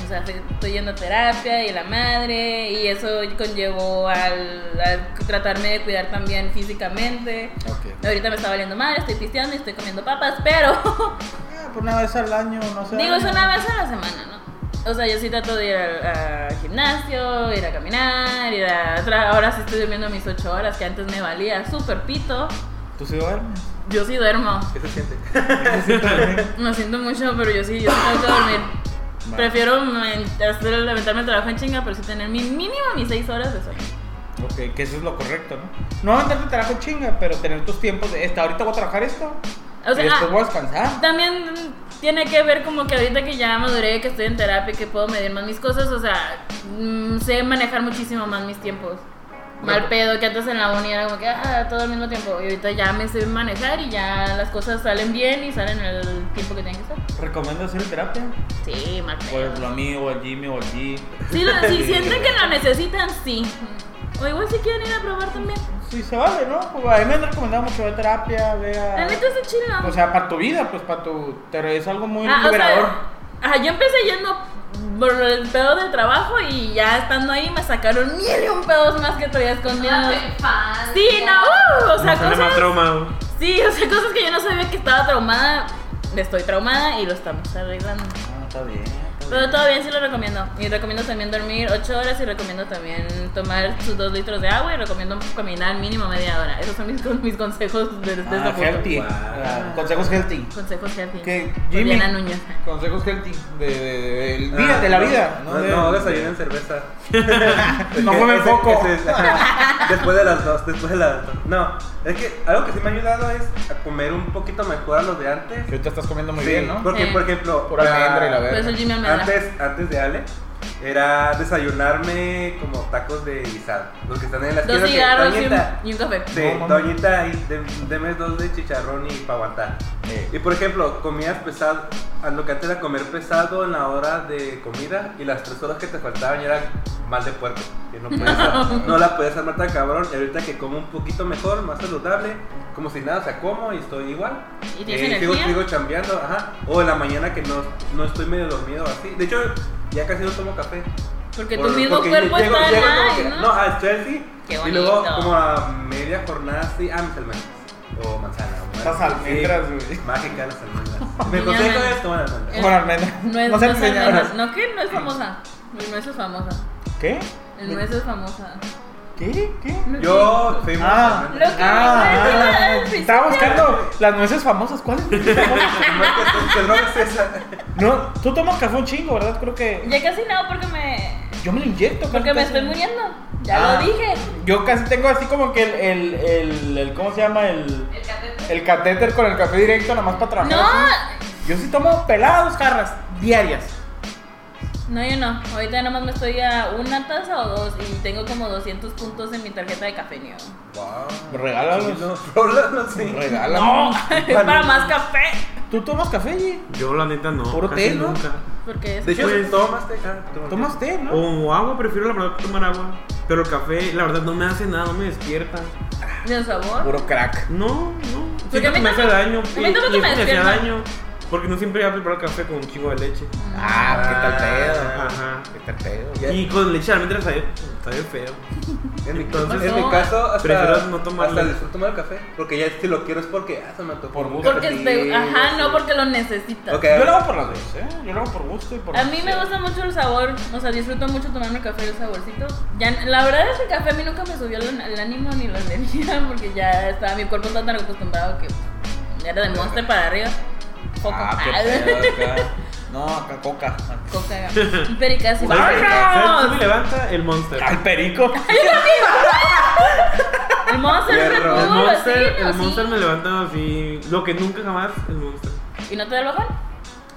O sea, fui- estoy yendo a terapia y la madre, y eso conllevó al, al tratarme de cuidar también físicamente.
Ok.
Ahorita me está valiendo madre, estoy pisteando y estoy comiendo papas, pero
Ah, por una vez al año, no sé.
digo, es una vez a la semana, ¿no? O sea, yo sí trato de ir al al gimnasio, ir a caminar, ir a... tra- Ahora sí estoy durmiendo mis 8 horas, que antes me valía súper pito.
¿Tú sí duermes?
Yo sí duermo.
¿Qué se siente?
Lo siento mucho, pero yo sí, yo sí tengo que dormir.
Vale.
Prefiero men- hacer, levantarme el trabajo en chinga, pero sí tener mi mínimo mis 6 horas de sueño.
Ok, que eso es lo correcto, ¿no? No aventarte trabajo chinga, pero tener tus tiempos de esta, ahorita voy a trabajar esto.
O sea,
y después
ah,
voy a descansar.
También tiene que ver como que ahorita que ya maduré, que estoy en terapia, y que puedo medir más mis cosas, o sea, mm, sé manejar muchísimo más mis tiempos. Mal pedo, que antes en la uni era como que, ah, todo al mismo tiempo. Y ahorita ya me sé manejar y ya las cosas salen bien y salen el tiempo que tienen que ser.
¿Recomiendo hacer terapia?
Sí, mal
O el
pedo.
Blami, o el Jimmy, o el G.
Si, lo- si sienten que lo necesitan, sí. O igual si quieren ir a probar también.
Sí, se vale, ¿no? Pues a mí me han recomendado mucho ver terapia, ver
La neta está chila.
O sea, para tu vida, pues para tu... Pero es algo muy
Ah, o
liberador.
sea, ajá, yo empecé yendo por el pedo del trabajo y ya estando ahí me sacaron mil y un pedos más que traía escondidos. Sí, no, uh, o sea,
Me sale más
cosas.
trauma. güey.
Sí, o sea, cosas que yo no sabía que estaba traumada. Estoy traumada y lo estamos arreglando.
Ah, está bien. está
Pero
bien.
todo bien, sí lo recomiendo. Y recomiendo también dormir 8 horas y recomiendo también tomar sus 2 litros de agua y recomiendo caminar mínimo media hora. Esos son mis, con- mis consejos desde de
Ah, healthy.
Wow.
Ah, consejos healthy.
Consejos healthy.
Que
Por
Jimmy-
Diana Nuño.
Consejos healthy de, de, de- del
Ah,
vida, de la vida.
No,
de-
no, desayunen cerveza.
No
Es que
comen
ese-
foco.
ese es- ajá. después de las dos, después de las dos. No, es que algo que sí me ha ayudado es a comer un poquito mejor a los de antes.
Que ahorita estás comiendo muy
Sí,
bien, ¿no?
Porque,
Sí.
por ejemplo,
Por almendra y la verga.
Por eso Jimmy Almendra.
antes, antes de Ale, era desayunarme como tacos de guisado. Los que están en la
Dos
esquina. que,
cigarros y un,
Doñita,
y un café.
Sí,
No, mami.
doñita, ahí, de- deme dos de chicharrón y pa' aguantar.
Eh,
Y por ejemplo, comías pesado, a lo que antes era comer pesado en la hora de comida y las tres horas que te faltaban ya era mal de puerco. Que no, puedes no la puedes armar tan cabrón. Y ahorita que como un poquito mejor, más saludable, como si nada, o sea, como y estoy igual. Eh,
¿Y tienes
sigo,
energía?
sigo chambeando, ajá. O en la mañana que no, no estoy medio dormido así. De hecho, ya casi no tomo café.
Porque
Por-
tu mismo
porque
cuerpo
llego-
está
llego como
ahí,
que-
¿no?
No, ah, estoy así.
Qué
Y luego
bonito.
como a media jornada así, ah, mis almendras. O manzana. o
Estas
algo así.
almendras, güey.
Mágica las almendras. Mi
Niña,
consejo
no.
es tomar almendras.
Eh,
Con almendra.
No es,
No
no,
sé
es
enseñar.
almendra. no que no es famosa. El nuez es famosa.
¿Qué?
El nuez es famosa.
¿Qué? ¿Qué?
No
Yo soy muy
Ah.
Lo que
almendras.
me
Ah,
parece al principio-
estaba buscando las nueces famosas. ¿Cuáles? nueces famosas?
¿Qué droga es esa?
No, tú tomas café un chingo, ¿verdad? Creo que
Ya casi no, porque me.
yo me lo inyecto.
Porque
casi,
me
casi.
estoy muriendo. Ya
Ah.
lo dije.
Yo casi tengo así como que el, el, el, el- ¿cómo se llama? El,
El
el catéter con el café directo, nada más para trabajar. así.
No,
Yo sí tomo pelados jarras diarias.
no, yo no. Ahorita nomás me estoy a una taza o dos y tengo como 200 puntos en mi tarjeta de café, ¿no?
Me
Wow.
regalan.
No, Rola, no sé.
Regalan.
No, es para más café.
¿Tú tomas café, G?
Yo la neta no.
Puro
casi
té, ¿no?
nunca.
Porque es.
De hecho,
Pues-
tomas té. Ah, tomas té.
¿Tomas té, no?
O agua, prefiero la verdad tomar agua. Pero el café, la verdad, no me hace nada, no me despierta.
¿Ni el sabor?
Puro crack.
No, no.
Porque
Siento
a mí
que me hace
tampoco-
daño.
a mí
y-
tampoco
y
me
eso hacía
despierta.
daño. Porque no siempre iba a preparar café con un chingo de leche.
Ah, qué tal pedo.
Ajá.
Qué tal pedo.
Ya-
Y con leche realmente la sabía, sabía feo.
En mi,
Entonces,
en mi
no,
caso,
prefiero
hasta,
no tomarlo.
hasta disfruto tomar el café. Porque ya si lo quiero es porque ah, se me antojó.
Por
un
gusto.
Porque
cafecito,
te- Ajá, no
sí.
porque lo necesitas.
Ok,
Yo lo hago por las dos, ¿eh? Yo lo hago por gusto y por
A mí me gusta mucho el sabor, o sea, disfruto mucho tomarme café y el saborcito. Ya, la verdad es que el café a mí nunca me subió el, el ánimo ni la energía, porque ya estaba, mi cuerpo estaba tan acostumbrado que ya era de monster para arriba. Coca.
Ah, qué pedo acá. No, acá coca.
Coca. Pericas y
¿Sabes qué?
Pues, ¡Vámonos!
¿Sabes qué me levanta? El monster.
Al perico.
El monster es
Hierro.
Red
el
Bull,
monster,
así,
el
así.
monster me levanta así. Lo que nunca jamás, el monster.
¿Y no te da el bajón?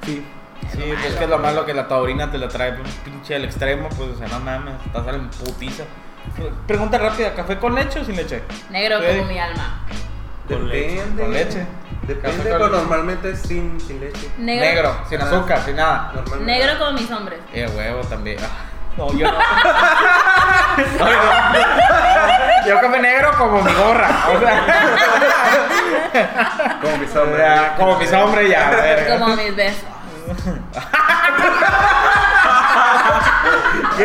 Sí.
Sí, pues es que es lo malo que la taurina te la trae pues, pinche al extremo, pues, o sea, no mames, estás en putiza. Pregunta rápida, ¿café con leche o sin leche?
Negro
Sí.
como mi alma.
Con leche.
Depende.
Con leche.
Depende,
Café con
pero
leche.
normalmente es sin, sin leche.
Negro.
Negro, sin azúcar, sin nada.
Normalmente.
Negro como mis hombres.
Eh, huevo también. Ah, No, yo no. No, yo no. Yo café negro como mi gorra. O sea,
Como mis
o
hombres.
sea, como mis hombres ya. verga.
Como mis besos.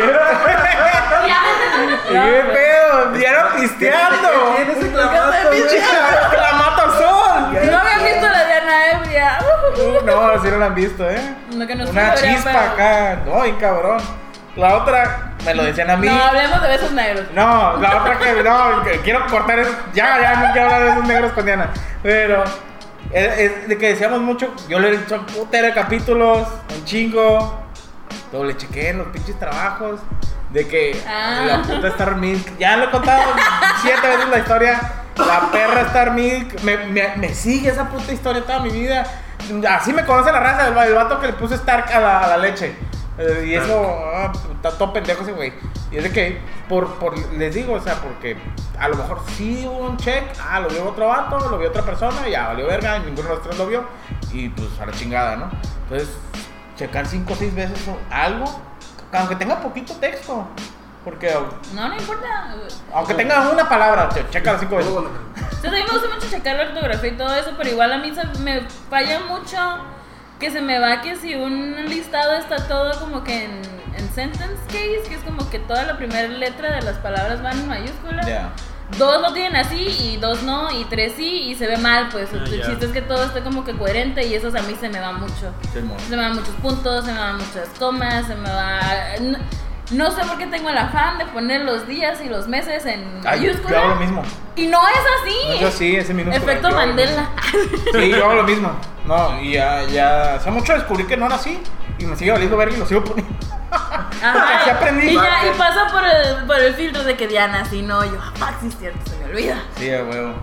Ya
¿Qué pedo? Ya era pisteando.
¿Qué tienes clamato, güey?
Pinche clamato sol.
No había visto la Diana ebria.
No, si no la han visto, ¿eh?
No, que no
Una
se vea,
chispa
pero-
acá. No, bien cabrón. La otra, me lo decían a mí.
No, hablemos de besos negros.
No, la otra que no, que quiero cortar eso. Ya, ya, no quiero hablar de esos negros con Diana. Pero, es, es de que decíamos mucho, yo le he dicho un putero de capítulos, un chingo. Doble chequé en los pinches trabajos. De que
Ah.
la puta Star Milk. Ya lo he contado siete veces la historia. La perra Star Milk. Me, me- me sigue esa puta historia toda mi vida. Así me conoce la raza del el vato que le puso Stark a la, a la leche. Eh, y eso, ah, está todo pendejo ese güey. Y es de que, por, por, les digo, o sea, porque a lo mejor sí hubo un check, ah, lo vio otro vato, lo vio otra persona, ya valió verga, y ninguno de los tres lo vio, y pues a la chingada, ¿no? Entonces, checar cinco o seis veces o algo, aunque tenga poquito texto, porque
No, no importa.
aunque tenga una palabra, che- checa las cinco veces.
O sea, a mí me gusta mucho checar la ortografía y todo eso, pero igual a mí se me falla mucho que se me va que si un listado está todo como que en, en sentence case, que es como que toda la primera letra de las palabras van en mayúsculas.
Ya.
Dos lo tienen así y dos no y tres sí y se ve mal, pues
Ah,
el
ya.
chiste es que todo esté como que coherente y eso a mí se me va mucho.
Simón.
Se me van muchos puntos, se me van muchas comas, se me va... No, no sé por qué tengo el afán de poner los días y los meses en
Ay, yo hago
mayúscula.
lo mismo.
Y no es así.
No, yo sí, ese minuto.
Efecto
yo hago lo mismo.
Mandela.
Sí, yo hago lo mismo. No, y ya, ya, hace mucho descubrí que no era así, y me sigue valiendo verga y lo sigo poniendo.
Ajá.
así aprendí.
Y, ya, y pasa por el, por el filtro de que Diana, si no, yo, ah, sí es cierto, se me olvida.
Sí, a huevo.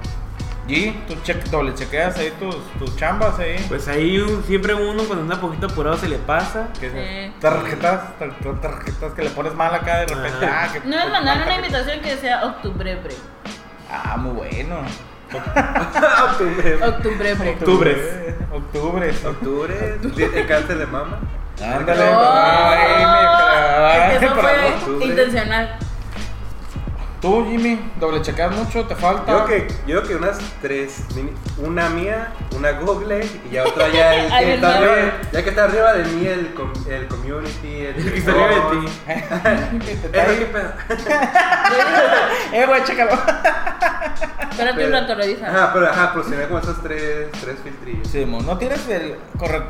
Y tú cheque- doble chequeas ahí tus, tus chambas ahí.
Pues ahí un- siempre uno cuando anda poquito apurado se le pasa.
¿Qué es
Sí.
eso? Tarjetas, tar- tar- tarjetas que le pones mal acá de repente.
Ajá.
Ah, que-
No me mandaron una
marca-
invitación que decía octubre break.
Ah, muy bueno.
Octubre break.
Octubres.
Octubres.
Octubre, el cáncer de mama.
Ándale.
No,
Ay,
es
me
que eso
clavaste
fue
por
octubre.
intencional.
Tú, Jimmy, doble chequeas mucho, te falta.
Yo creo que, yo creo que unas tres, mini- una mía, una Google y ya otra ya el
Ay,
que
el
está
nuevo.
arriba, ya que está arriba de mí el, com- el community, el
El que salió de ti.
Eso, ¿qué pedo?
Eh, güey, chécalo.
Espérate un rato, revisa.
Ajá, pero ajá, pero se ve como esos tres, tres filtrillos.
Sí, mo, ¿no tienes el corre...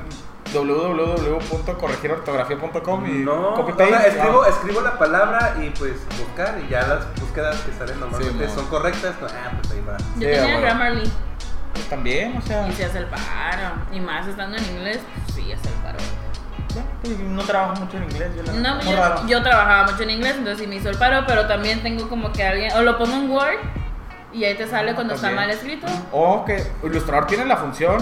www.corregirortografía.com y
No,
copy
o sea,
paste?
escribo,
Ah.
escribo la palabra y pues buscar y ya las búsquedas que salen normalmente
mo.
son correctas. pues, ah, pues ahí va.
Yo
Sí,
tenía
bueno.
Grammarly
Pues También, o sea,
y se hace el paro. Y más estando en inglés, pues sí, hace el paro.
pues, no trabajo mucho en inglés. Yo la...
No,
muy
yo,
raro.
yo trabajaba mucho en inglés, entonces sí me hizo el paro, pero también tengo como que alguien, o lo pongo en Word y ahí te sale cuando está
También.
mal escrito.
O que Illustrator Oh, tiene la función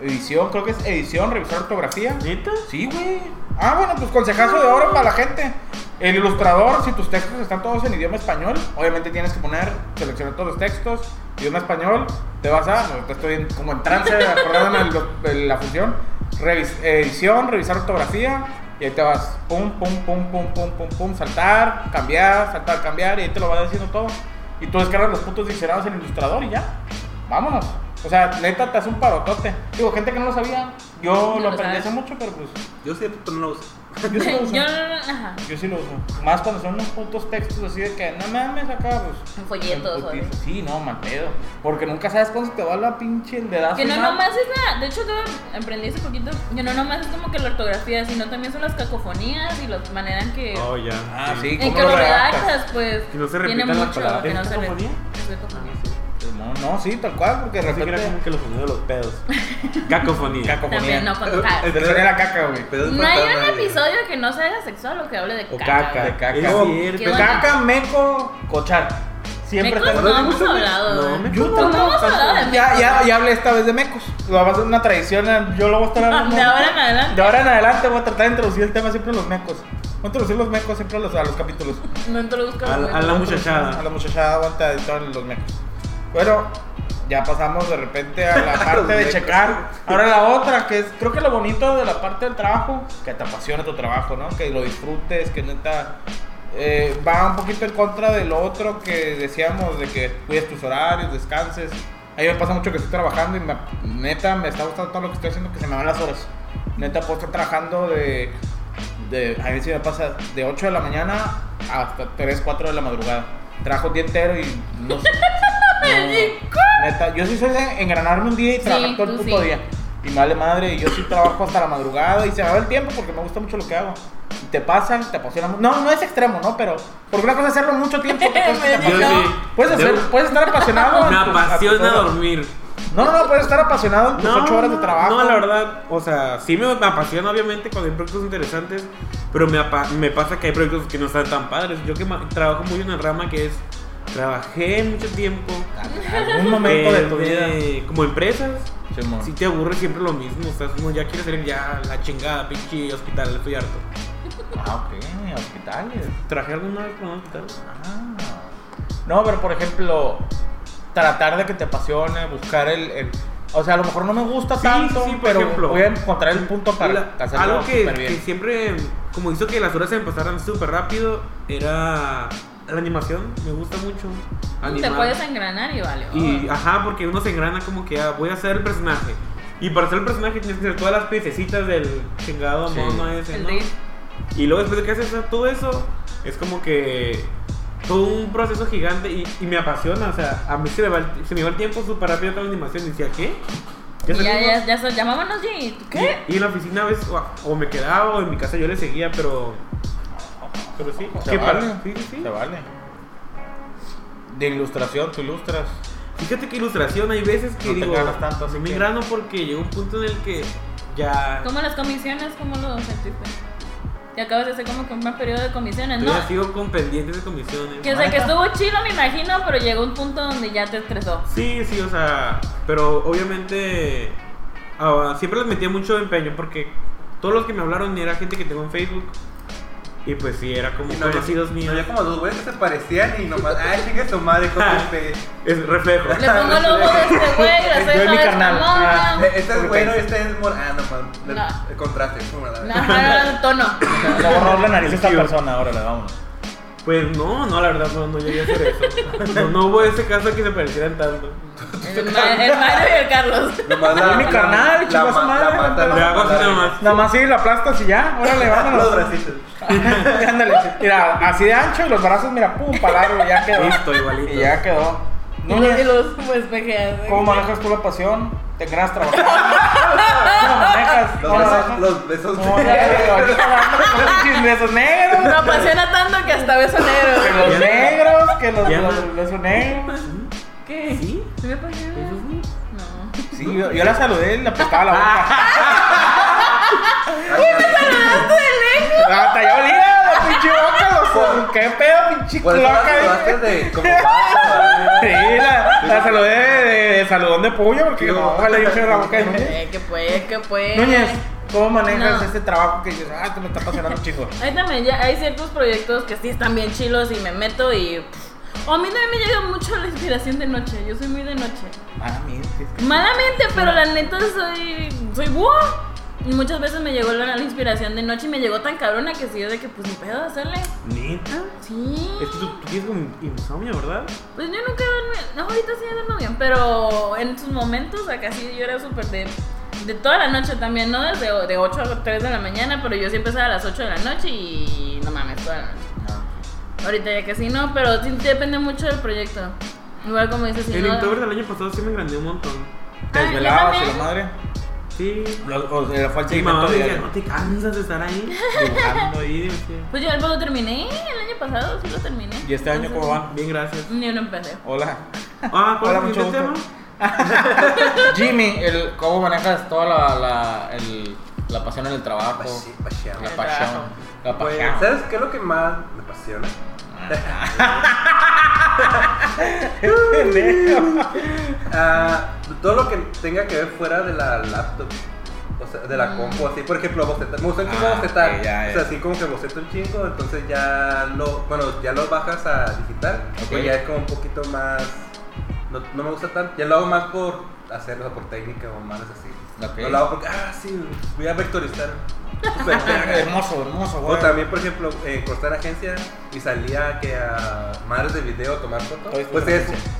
edición, creo que es edición, revisar ortografía.
¿Neta?
Sí, güey. Ah, bueno, pues consejazo de oro para la gente. El ilustrador, si tus textos están todos en idioma español, obviamente tienes que poner, seleccionar todos los textos, idioma español, te vas a, no, te estoy en- como en trance de acordarme de lo- de la función, revis- edición, revisar ortografía, y ahí te vas, pum, pum, pum, pum, pum, pum, pum, saltar, cambiar, saltar, cambiar, y ahí te lo va diciendo todo. Y tú descargas los putos diccionarios en Ilustrador y ya. Vámonos. O sea, neta, te hace un parotote. Digo, gente que no lo sabía.
No
Yo lo
lo
aprendí
sabes.
hace mucho, pero pues.
Yo sí, pero no lo uso.
Yo sí lo uso.
Yo no, no, ajá.
Yo sí lo uso. Más cuando son unos putos textos así de que no mames acá, pues.
En folletos o algo.
putiza. Sí, no, mal pedo. Porque nunca sabes cuándo se te va la pinche el dedazo.
Que no
y nada.
nomás es la. De hecho, yo aprendí hace poquito que no nomás es como que la ortografía, sino también son las cacofonías y la manera en que.
Oh, ya.
Ah, sí,
en
¿cómo
que
lo
lo
redactas?
redactas, pues.
Que no se
tiene
repitan las
mucho.
palabras.
Que no
¿Es
se re-
cacofonía?
es cacofonía.
Pues No, no, sí, tal cual, porque de
Así que
repente.
era como que los sonidos de los pedos. Cacofonía.
Cacofonía.
También no cuando cagas.
El que suena la caca, güey.
Pero es
No hay
fantasma,
un
güey.
episodio que no sea sexual o que hable de
O
caca.
caca.
De caca.
Es
No,
cierto.
Qué bueno.
Caca, meco, cochar. Siempre
Mecos
está-
no hemos hablado.
No,
¿eh?
me-
Yo
No
tampoco.
hemos hablado de
Ya,
mecos,
ya,
¿no?
ya hablé esta vez de mecos. Lo va a ser una tradición. Yo lo voy a estar hablando.
Ah, De ahora en adelante.
De ahora en adelante voy a tratar de introducir el tema siempre a los mecos. Voy a introducir los mecos siempre a los, a los capítulos.
No introduzco
A la- a la muchachada.
A la muchachada aguanta de todos los mecos. Bueno, ya pasamos de repente a la parte de
mecos.
checar. Ahora la otra, que es, creo que lo bonito de la parte del trabajo, que te apasiona tu trabajo, ¿no? Que lo disfrutes, que neta. eh, va un poquito en contra de lo otro que decíamos, de que cuides tus horarios, descanses. A mí me pasa mucho que estoy trabajando y me- neta me está gustando todo lo que estoy haciendo, que se me van las horas. Neta, puedo estar trabajando de. de a mí sí me pasa de 8 de la mañana hasta 3, 4 de la madrugada. Trabajo el día entero y no sé. No, neta, yo sí soy de engranarme un día y trabajar todo el
tú
puto
sí.
día. Y me vale madre, y yo sí trabajo hasta la madrugada y se me va el tiempo porque me gusta mucho lo que hago. Y te pasan, te apasiona mu- No, no es extremo, ¿no? Pero, porque una cosa es hacerlo mucho tiempo, otra cosa es que
Me
te apasiona.
dijo.
Puedes, hacer-
Debo-
puedes estar apasionado. en
Me
tus- a tus
apasiona
horas.
dormir.
No, no, no, puedes estar apasionado en tus ocho horas de trabajo.
No, la verdad, o sea, sí me, me apasiona obviamente cuando hay proyectos interesantes, pero me, apa- me pasa que hay proyectos que no están tan padres. Yo que ma- trabajo muy en una rama que es, trabajé mucho tiempo.
Algún momento de tu vida.
eh, Como empresas,
Simón.
si te aburre siempre lo mismo, o sea, uno ya quiere salir ya la chingada, pinche hospital, estoy harto.
Ah, ok, hospitales.
¿Trabajé alguna vez con un hospital?
Ah. No, pero por ejemplo, tratar de que te apasione, buscar el. el- o sea, a lo mejor no me gusta
Sí,
tanto,
sí, por
pero
ejemplo.
voy a encontrar el punto para
La-
hacerlo
algo que,
súper bien.
que siempre, como hizo que las horas se me pasaran súper rápido, era la animación. Me gusta mucho.
Te
animar.
puedes engranar y vale.
Y
oh.
Ah.
ajá, porque uno se engrana como que ah, voy a hacer el personaje. Y para hacer el personaje tienes que hacer todas las piececitas del chingado
Sí.
mono ese,
El
¿no?
de-
Y luego después de que haces todo eso, es como que todo un proceso gigante y, y me apasiona. O sea, a mí se me va el, se me va el tiempo súper rápido con la animación. Y decía, ¿qué?
Ya, ya,
salimos?"
ya, ya, so- llamámonos y ¿tú ¿Qué?
Y, y en la oficina a veces, o, o me quedaba o en mi casa yo le seguía, pero. Pero sí,
Se
qué
vale,
padre. Sí, sí, sí.
se vale. De ilustración, tú ilustras.
Fíjate que ilustración, hay veces que
No te
digo.
cagas tanto, así
no
que-
me grano porque llegó un punto en el que ya.
¿Cómo las comisiones? ¿Cómo lo sentiste? Te acabas de hacer como que un mal periodo de comisiones, ¿no?
Todavía sigo con pendientes de comisiones.
Que o sea, que
Neta.
estuvo chido, me imagino, pero llegó un punto donde ya te estresó.
Sí, sí, o sea. Pero obviamente. ah, siempre les metía mucho empeño porque todos los que me hablaron era gente que tengo en Facebook. Y pues sí, era como
Y no había-
conocidos
no
míos.
había como dos güeyes que se parecían y nomás. Ay, chingue su madre, cómprate.
Es reflejo.
Le pongo el ojo de este güey, la
Yo y
ceja
mi
de esta
carnal.
morra.
Ah.
Eh, Este es bueno, este es mor. Ah, no, man. Le-
No.
El contraste. fue una-
No, no, no, el tono.
Le borró la nariz a esta persona, ahora le vamos.
Pues no, no, la verdad no, no llegué a hacer eso. No, no hubo ese caso que se parecieran tanto.
El, ma- el Mario y el Carlos.
Nomás
Y mi carnal, chinga su
ma-
madre,
la mata,
le
la
hago así
mata,
nomás.
Nada más sí, la aplastas y ya, órale,
Los
vámonos.
bracitos.
Ándale, mira, así de ancho y los brazos, mira, pum, parado, ya quedó.
Listo, igualito.
Y ya quedó. No,
y los, y los pues, pejeas.
¿Cómo manejas tú la pasión? ¿Te ganas trabajando? ¿Cómo manejas?
Los
¿Cómo
besos-
manejas?
Los besos.
No, ya, ya, ahorita hablando con los pinches besos negros.
Me apasiona tanto que hasta beso
Que
negro.
los negros, que los,
Ya no.
los besos negros.
¿Qué?
¿Sí?
¿Sí me apasiona? No.
Sí, yo, yo la saludé y le apretaba la boca. Hasta yo olía "Ah, la pinche boca, los ¿Qué pedo, pinche
Por eso las
cloaca?
saludaste de como vato,
Sí, la, la saludé de, de- de saludón de pollo porque no, ojalá yo fuera la boca de Núñez.
Eh, que pues, que pues.
Núñez, ¿cómo manejas
No.
este trabajo que dices, ah, te me está apasionando un chingo?
Ahí también ya hay ciertos proyectos que sí están bien chilos y me meto y. pff. O a mí también me llega mucho la inspiración de noche. Yo soy muy de noche.
Ah, mira, es que-
Malamente, pero la neta soy. Soy búho. Muchas veces me llegó la la inspiración de noche y me llegó tan cabrona que sí, yo de que pues ni pedo hacerle.
¿Neta?
Sí.
Es que tú, tú tienes como insomnio, ¿verdad?
Pues yo nunca duermo. No, ahorita sí duermo bien, pero en sus momentos acá sí yo era súper de, de toda la noche también, no desde o- de 8 a 3 de la mañana, pero yo sí empezaba a las 8 de la noche y no mames, toda la noche. Ahorita ya casi no, pero sí depende mucho del proyecto. Igual como dices, si
el
no.
Inktober del año pasado sí me engrandé un montón.
Te
Ah,
desvelabas
yo
y la
también.
madre.
Sí.
Lo- o sea, la falta de
Mi mamá
invento
me decía,
diario.
no te cansas de estar ahí dibujando ahí. me decía.
Pues yo el lo terminé el año pasado, sí lo terminé.
¿Y este año cómo van?
Bien, gracias.
Yo no empecé.
Hola.
Ah, ¿cuál
Hola,
es el
mucho
tema?
gusto. Jimmy, el, ¿cómo manejas toda la, la, el- la pasión en el trabajo?
Pache- pacheamos.
La
El
pasión.
trabajo.
La
Pues,
pasión.
¿Sabes qué es lo que más me apasiona? Ah, todo lo que tenga que ver fuera de la laptop. O sea, de la compu, así, por ejemplo, bocetar. Me gusta el chingo
Ah,
bocetar.
ok, ya,
O
ya.
sea, así como que boceto un chingo, entonces ya lo, bueno, ya lo bajas a digital.
Ok.
Y ya es como un poquito más. No, no me gusta tanto. Ya lo hago más por hacerlo, por técnica o más así.
Ok.
No lo hago porque, ah, sí, voy a vectorizar. Súper verga.
Ah, hermoso, hermoso,
O
güey.
también, por ejemplo, en cortar agencia y salía que a madres de video a tomar
Todo
fotos.
es
Pues
por
eso.
agencia.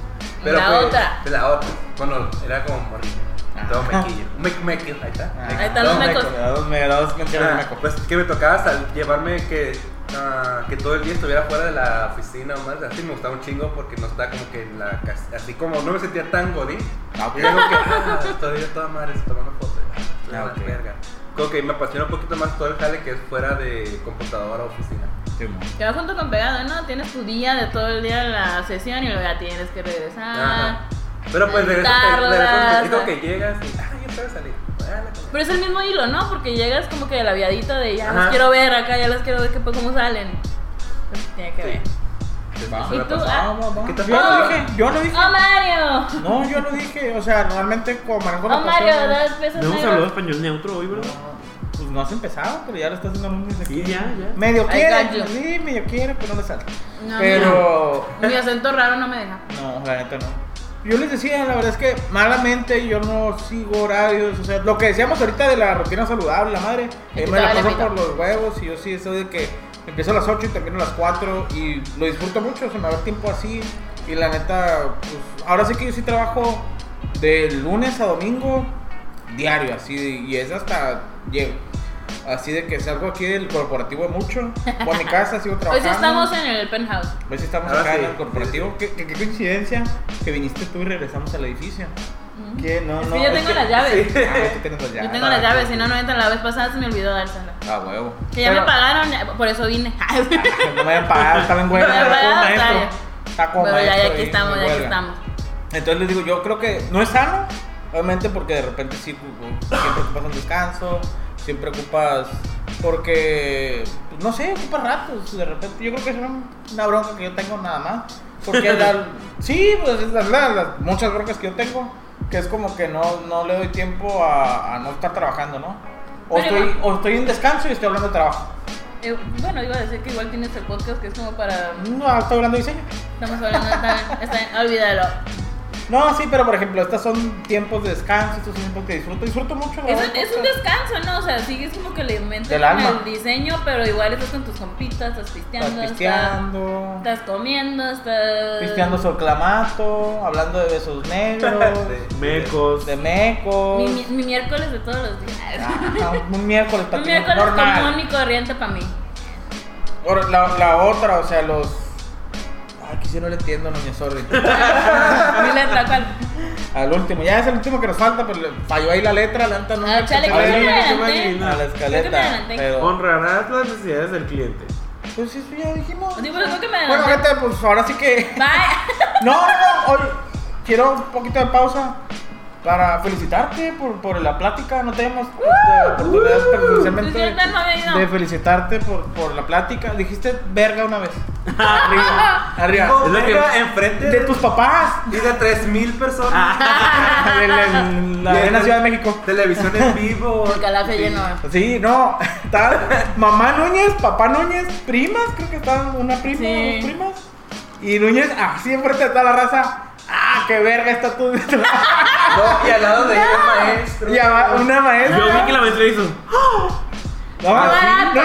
Pero
La
pues,
otra.
La otra. Bueno, era como morrillo.
Ah.
Todo mequillo. Me- mequillo, ahí está.
Ah,
Ahí están los
dos
mecos.
Dos mecos, dos mecos, dos
Ah,
mecos.
pues que me tocaba sal- llevarme que, ah, que todo el día estuviera fuera de la oficina o más. Así me gustaba un chingo porque no estaba como que en la casa. Así como no me sentía tan godín.
Ah, ok.
Yo digo que, ah, todavía toda madre se tomando fotos. Estoy
Ah,
en la
ok.
verga. Como que me apasiona un poquito más todo el jale que es fuera de computadora o oficina.
Sí, mo.
Que va junto con pegado, ¿no? Tienes tu día de todo el día en la sesión y luego ya tienes que regresar.
Ajá. Pero pues regresas,
Tardas.
regresas, digo que llegas y, ah, ya puedes salir. Ah, la comida.
Pero es el mismo hilo, ¿no? Porque llegas como que de la viadita de ya las
Ajá.
quiero ver acá, ya las quiero ver que, pues, cómo salen. Pues, tiene que
Sí.
ver.
Va.
¿Y tú?
Va,
Ah,
va, va.
¿Qué te
Yo no
pasa?
dije, yo no dije.
¡Oh, Mario!
No, yo no dije. O sea, normalmente cuando manejo la
¡Oh, Mario!
pasión,
Dos pesos
Me hemos hablado
negros.
español neutro hoy, ¿verdad?
Pues no has empezado, pero ya lo estás haciendo desde
Sí,
aquí.
ya, ya.
Medio
I got
quiere,
you.
sí, medio quiere, pero no le sale.
No,
pero.
Mi acento raro no me deja.
No, la neta no. Yo les decía, la verdad es que malamente yo no sigo horarios. O sea, lo que decíamos ahorita de la rutina saludable, la madre.
Y
eh,
tú
me la
te vale
paso
pito.
por los huevos y yo sí, eso de que empiezo a las 8 y termino a las 4 y lo disfruto mucho. Se me da tiempo así. Y la neta, pues ahora sí que yo sí trabajo de lunes a domingo diario, así. Y es hasta. llego. Así de que salgo aquí del corporativo mucho. Voy a mi casa, sigo
Hoy
trabajando.
sí estamos en el penthouse.
Pues sí estamos
Ahora
acá
sí,
en el corporativo. ¿Qué, qué- qué coincidencia que viniste tú y regresamos al edificio.
Ujú.
Que no,
Es
no.
que yo
es
tengo
que-
las llaves.
Ah, es que tienes las
Yo
llaves.
tengo las llaves, si no, no entran. La vez pasada se me olvidó dársela.
Ah, huevo.
Que ya
Pero-
me pagaron, ya- por eso vine.
Ah, No me hayan pagado, está en huelga.
No me hayan pagado, está
Está como maestro. Está como
Pero ya,
maestro
ya aquí
ahí,
estamos,
en
ya aquí
huelga.
estamos.
Entonces les digo, yo creo que no es sano, obviamente porque de repente sí, pues, siempre ocupas un descanso, siempre ocupas, porque, pues, no sé, ocupas ratos, de repente, yo creo que es una, una bronca que yo tengo nada más, porque la- sí, pues es la verdad, las muchas broncas que yo tengo, que es como que no, no le doy tiempo a, a no estar trabajando, ¿no? O
Pero
estoy,
igual-
o estoy en descanso y estoy hablando de trabajo.
Eh, bueno, iba a decir que igual tienes el podcast que es como para.
No, estoy hablando de diseño.
Estamos hablando, está bien, está bien, olvídalo.
No, sí, pero por ejemplo, estos son tiempos de descanso, estos son tiempos que disfruto, disfruto mucho. la
Es
verdad,
un, es un
podcast.
descanso, ¿no? O sea, sigues como que le metes
Del
con
alma.
el diseño, pero igual estás con tus compitas, estás pisteando,
Estás pisteando,
estás, estás comiendo, estás.
pisteando soclamato, hablando de besos negros,
De-
Mecos.
de mecos.
Mi, mi- mi miércoles de todos los días.
Ah, un miércoles para
Un
ti,
miércoles
normal.
común y corriente para mí.
Ahora, La, la otra, o sea, los. Ay, que si no le entiendo, no me sorry.
Mi letra, ¿cuál?
Al último, ya es el último que nos falta, pero le falló ahí la letra, la neta no.
Ah, chale,
A
creo que
ver,
me
yo
adelanté.
me-
a la
Creo que me
escaleta.
adelanté.
Pero,
Honrarás las necesidades del cliente.
pues eso ya dijimos.
Sí, pero creo que me
Bueno,
adelanté.
gente, pues ahora sí que.
Bye.
No, no, no, hoy quiero un poquito de pausa para felicitarte por, por la plática. No tenemos la
Uh,
oportunidad precisamente
Sí, cierto, no había ido.
de felicitarte por, por la plática. Dijiste verga una vez. arriba, arriba.
Es lo que- Venga, enfrente
de tus papás.
Y de 3000 personas.
En la, en la
Y
arena
en-
Ciudad de México.
Televisión en vivo.
Porque la fe
Sí.
lleno. ¿eh?
Sí, no, tal. Mamá Núñez, papá Núñez, primas, creo que estaban una prima,
Sí.
dos primas. Ah, Y Núñez, así enfrente de toda la raza. ¡Ah, qué verga está tu
No, y al lado de ella el maestro.
Y ama- una maestra.
Yo vi que la maestra hizo.
No,
Ah, Barato.
no,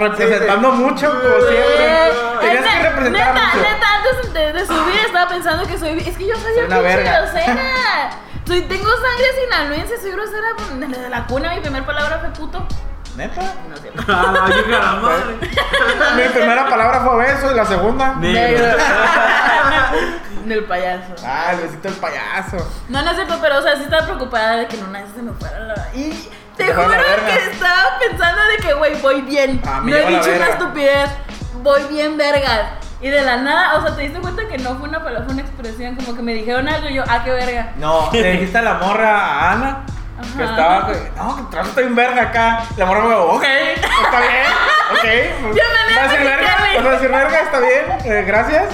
no, representando mucho, como siempre. Tenías
Ay,
que
ne-
representar
Eh, neta,
mucho.
neta, antes de, de subir estaba pensando que soy. Es que yo soy,
Soy
una
una verga.
grosera. Soy, tengo sangre sinaloense, soy grosera desde la cuna. Mi primera palabra fue puto.
Neta.
No sé.
Ah, la yo la madre.
Mi primera palabra fue beso y la segunda.
Negro.
Del payaso.
Ah, el besito del payaso.
No, no es cierto, pero o sea, sí estaba preocupada de que en una vez se me fuera la. Y te
Se fue a
juro
la verga.
que estaba pensando de que, güey, voy bien.
Ah, me
No he
llevó la
dicho una
verga.
estupidez. Voy bien, vergas. Y de la nada, o sea, te diste cuenta que no fue una palabra, fue una expresión. Como que me dijeron algo y yo, ah, qué verga.
No, le dijiste a la morra a Ana. Que
Ajá.
estaba, que, no, que trazo está bien verga acá. La morra me dijo, ok, está bien, ok. pues,
Bienvenida
¿Vas
a
a decir verga?
Mexicali.
¿Vas a decir verga? Está bien, eh, gracias.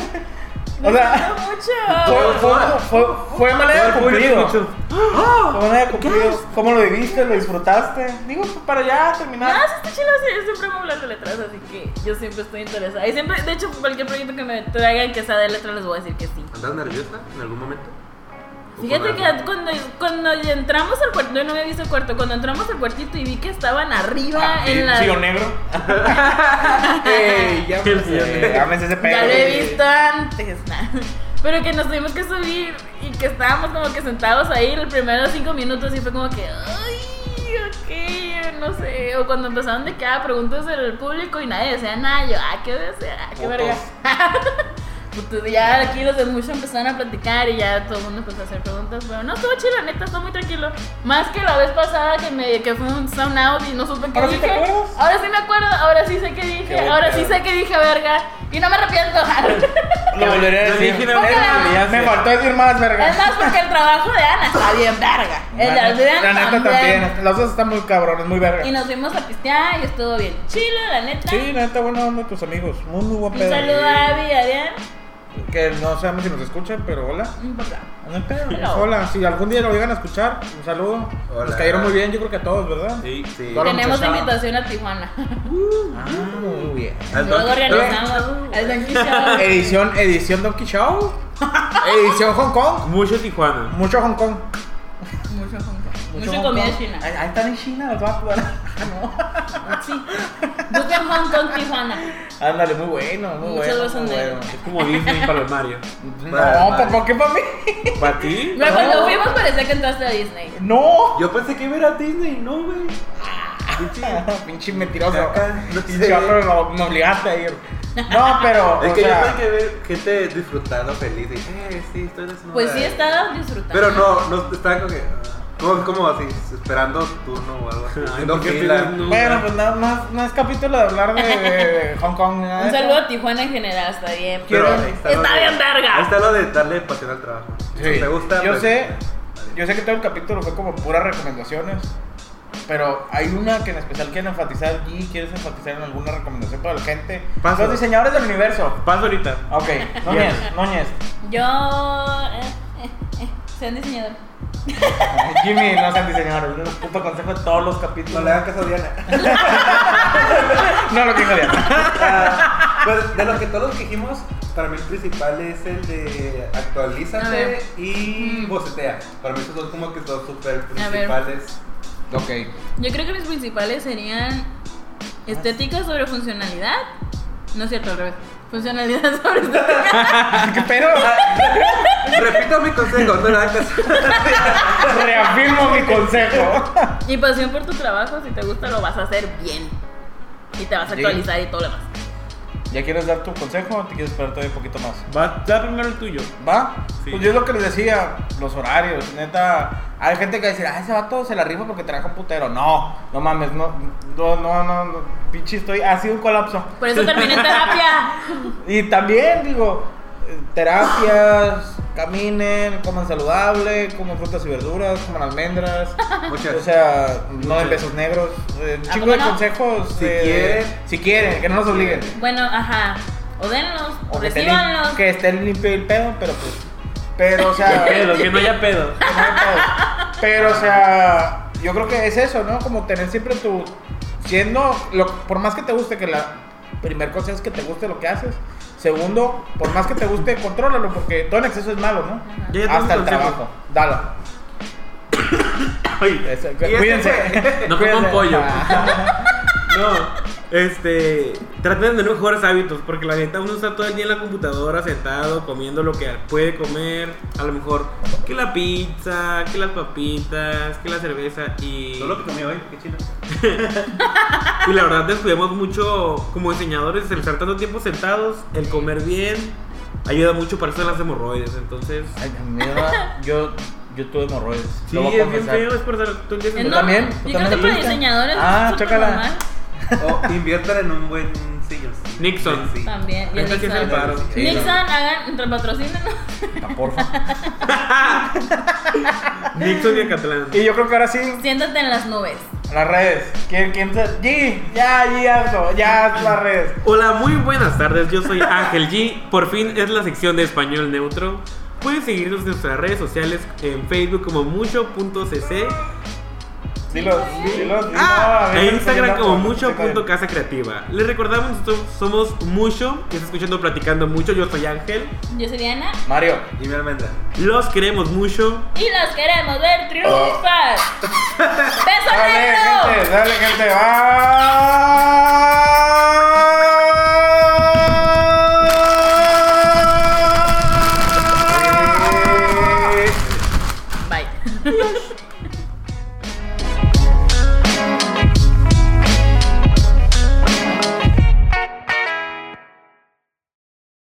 O sea,
mucho.
fue, fue, fue, fue manera de
Todo el público
cumplido.
escuchó.
Fue manera de cumplido. ¿Cómo lo viviste? ¿Lo disfrutaste? Digo, pues, para ya terminar.
Nada, sí está chido, sí, yo siempre me hablar de letras, así que yo siempre estoy interesada. Y siempre, de hecho, cualquier proyecto que me traigan que sea de letras, les voy a decir que sí.
¿Andas nerviosa en algún momento? ¿O
Fíjate
con
que
algo?
cuando, cuando entramos al cuarto, yo no había visto el cuarto, cuando entramos al cuartito y vi que estaban arriba
Ah,
en la...
sí, o negro.
Ey, ya
Qué
me
bien.
sé.
Eh, ámense ese pedo.
Ya lo he visto antes, nah. Pero que nos tuvimos que subir y que estábamos como que sentados ahí los primeros cinco minutos y fue como que, ay, ok, no sé. O cuando empezaron de que ah, preguntas del público y nadie decía nada, yo, ah, qué desea, ah, qué
Putos.
verga. Putos, y ya aquí los de mucho empezaron a platicar y ya todo el mundo empezó a hacer preguntas. Pero no, estuvo chido, la neta, estuvo muy tranquilo. Más que la vez pasada que, me, que fue un sound out y no supe qué
¿Ahora sí
dije.
te acuerdas?
ahora sí me acuerdo, ahora sí sé qué dije,
Qué buen
ahora sí
pedo.
sé que dije verga y no me arrepiento.
Lo volveré a
Yo
decir.
dije, no, ya
Me
sé.
faltó decir más, verga.
es más porque el trabajo de Ana está bien verga. El
La
de Adrián
neta
también.
también. Los dos están muy cabrones, muy verga.
Y nos fuimos a pistear y estuvo bien chilo, la neta.
Sí, la neta, buena onda tus amigos. Muy, muy buen
Un
pedo.
saludo a Abby y a Adrián.
Que no sabemos si nos escuchan, pero hola.
No importa.
No hay pedo.
Hello.
Hola, si algún día lo llegan a escuchar, un saludo.
Hola.
Nos cayeron muy bien, yo creo que a todos, ¿verdad?
Sí, sí.
Hola,
Tenemos
muchacha.
invitación a Tijuana.
Ah, muy bien.
Al
Luego
Donkey-
organizamos al Donkey Show.
Edición, edición Donkey Show. edición Hong Kong.
Mucho Tijuana.
Mucho Hong Kong.
Mucho Hong Kong.
Mucho
Mucho
Hong
comida
Kong.
china.
Ahí, ahí están en China, los va a jugar.
Sí. Busquen Hong Kong, Tijuana.
Ándale, muy bueno, muy
Muchos
bueno.
besos
Muy
negros.
bueno.
Es como Disney para el Mario.
No, ¿por- ¿por qué para mí?
¿Para ti?
Pero
No.
cuando fuimos parecía que entraste a Disney.
No.
Yo pensé que iba a ir a Disney, no, güey.
Pinche mentiroso.
Acá, no
Pinche
sé.
otro lo- me obligaste a ir. No, pero.
Es
o
que yo
sea,
tengo que ver gente disfrutando feliz. Y, eh, sí, estoy desnuda.
Pues sí, estabas disfrutando.
Pero no, no estaba como que. ah, ¿Cómo, cómo así? Esperando turno o algo así.
Ay,
No
¿por qué
fila.
estoy desnuda?
Bueno, pues no, no, no es capítulo de hablar de, de Hong Kong. ni nada de
Un
eso.
saludo a Tijuana en general, está bien.
Pero
Quiero-
ahí está, lo
Está
de-
bien verga.
Ahí está lo de darle pasión al trabajo.
Sí.
Si te gusta.
Yo
pues,
sé,
vale.
yo sé que todo el capítulo fue como puras recomendaciones. Pero hay una que en especial quiero enfatizar y quieres enfatizar en alguna recomendación para la gente.
Paso.
Los diseñadores del universo.
Paso ahorita.
Ok, Núñez, Núñez.
Yo. eh, eh, eh, sean diseñador.
Jimmy, no sean diseñadores. Un puto consejo de todos los capítulos.
No le hagan caso a Diana.
No lo que quería.
Ah, pues de lo que todos dijimos, para mí el principal es el de
A
actualízate
ver.
y
Mm.
bocetea. Para mí esos dos como que son súper
A ver.
principales.
Ok.
Yo creo que mis principales serían estética sobre funcionalidad. No es cierto, al revés. Funcionalidad sobre estética.
¿Qué pedo?
Repito mi consejo, no le hagan caso.
Reafirmo mi consejo.
Y pasión por tu trabajo. Si te gusta, lo vas a hacer bien. Y te vas a
Llega.
actualizar y todo lo demás.
¿Ya quieres dar tu consejo o te quieres esperar todavía un poquito más?
Va a dar primero el tuyo.
¿Va?
Sí.
Pues yo es lo que les decía, los horarios, neta. Hay gente que va a decir, ah, ese vato se la rifa porque trabaja un putero. No, no mames, no, no, no, no, no, pinche, estoy, ha sido un colapso.
Por eso terminé en terapia.
Y también, digo, eh, terapias, caminen, coman saludable, coman frutas y verduras, coman almendras.
Muchas.
O sea, no de pesos negros. eh, Un
¿A
chingo
poco
de
no?
consejos.
Si
de-
quieren.
Si quieren, que no nos obliguen.
Bueno, ajá. O denlos, o
que esté lim-
recíbanlos.
Que esté limpio el pedo, pero pues. Pero, o sea. que no
Pedo, que no haya pedo.
hay pedo. pero, o sea, yo creo que es eso, ¿no? Como tener siempre tu. Siendo. Lo, por más que te guste que la Primer consejo es que te guste lo que haces. Segundo, por más que te guste, contrólalo, porque todo en exceso es malo, ¿no?
Ajá.
Yo ya tengo
Hasta el
un consejo.
trabajo. Dalo.
Ay,
Eso, cu-
y este
cuídense.
fue- No
Cuídense.
coman pollo.
Ah,
No, este. Traten de tener mejores hábitos, porque la neta uno está todo el día en la computadora sentado, comiendo lo que puede comer. A lo mejor que la pizza, que las papitas, que la cerveza y.
Todo lo que comí hoy, qué chido.
Y la verdad descuidamos mucho como diseñadores el estar tanto tiempo sentados, el comer bien, ayuda mucho para eso de las hemorroides, entonces...
Ay, mierda, yo, yo tuve hemorroides.
Sí,
lo voy a
es bien
confesar.
feo, es por estar todo el día
Eh, no,
sentado.
también? ¿Tú
Yo creo que para
también fuiste?
diseñadores
Ah,
es súper
chócala.
normal
O inviertan en un buen sillón.
Nixon.
Sí.
También. Y el
Neta, sí es el
Nixon.
paro.
Sí,
Nixon,
claro.
hagan, entre patrocínenos.
Ah, porfa.
Nixon y Acatlán.
Y yo creo que ahora sí,
Siéntate en las nubes.
las redes. ¿Quién, quién se- G, ya, G, hazlo, ya, haz las redes.
Hola, muy buenas tardes, yo soy Ángel G, por fin es la sección de español neutro. Pueden seguirnos en nuestras redes sociales en Facebook como mucho.cc
Dilo,
Sí.
dilo, dilo. Ah, a ver,
e Instagram
dilo,
como
sí, está bien.
mucho.casa creativa. Les recordamos, nosotros somos mucho, que está escuchando platicando mucho, yo soy Ángel.
Yo soy Diana
Mario.
Y mi almendra.
Los queremos mucho.
y los queremos ver triunfar. ¡Beso
Dale,
negro!
gente, dale, gente. Bye.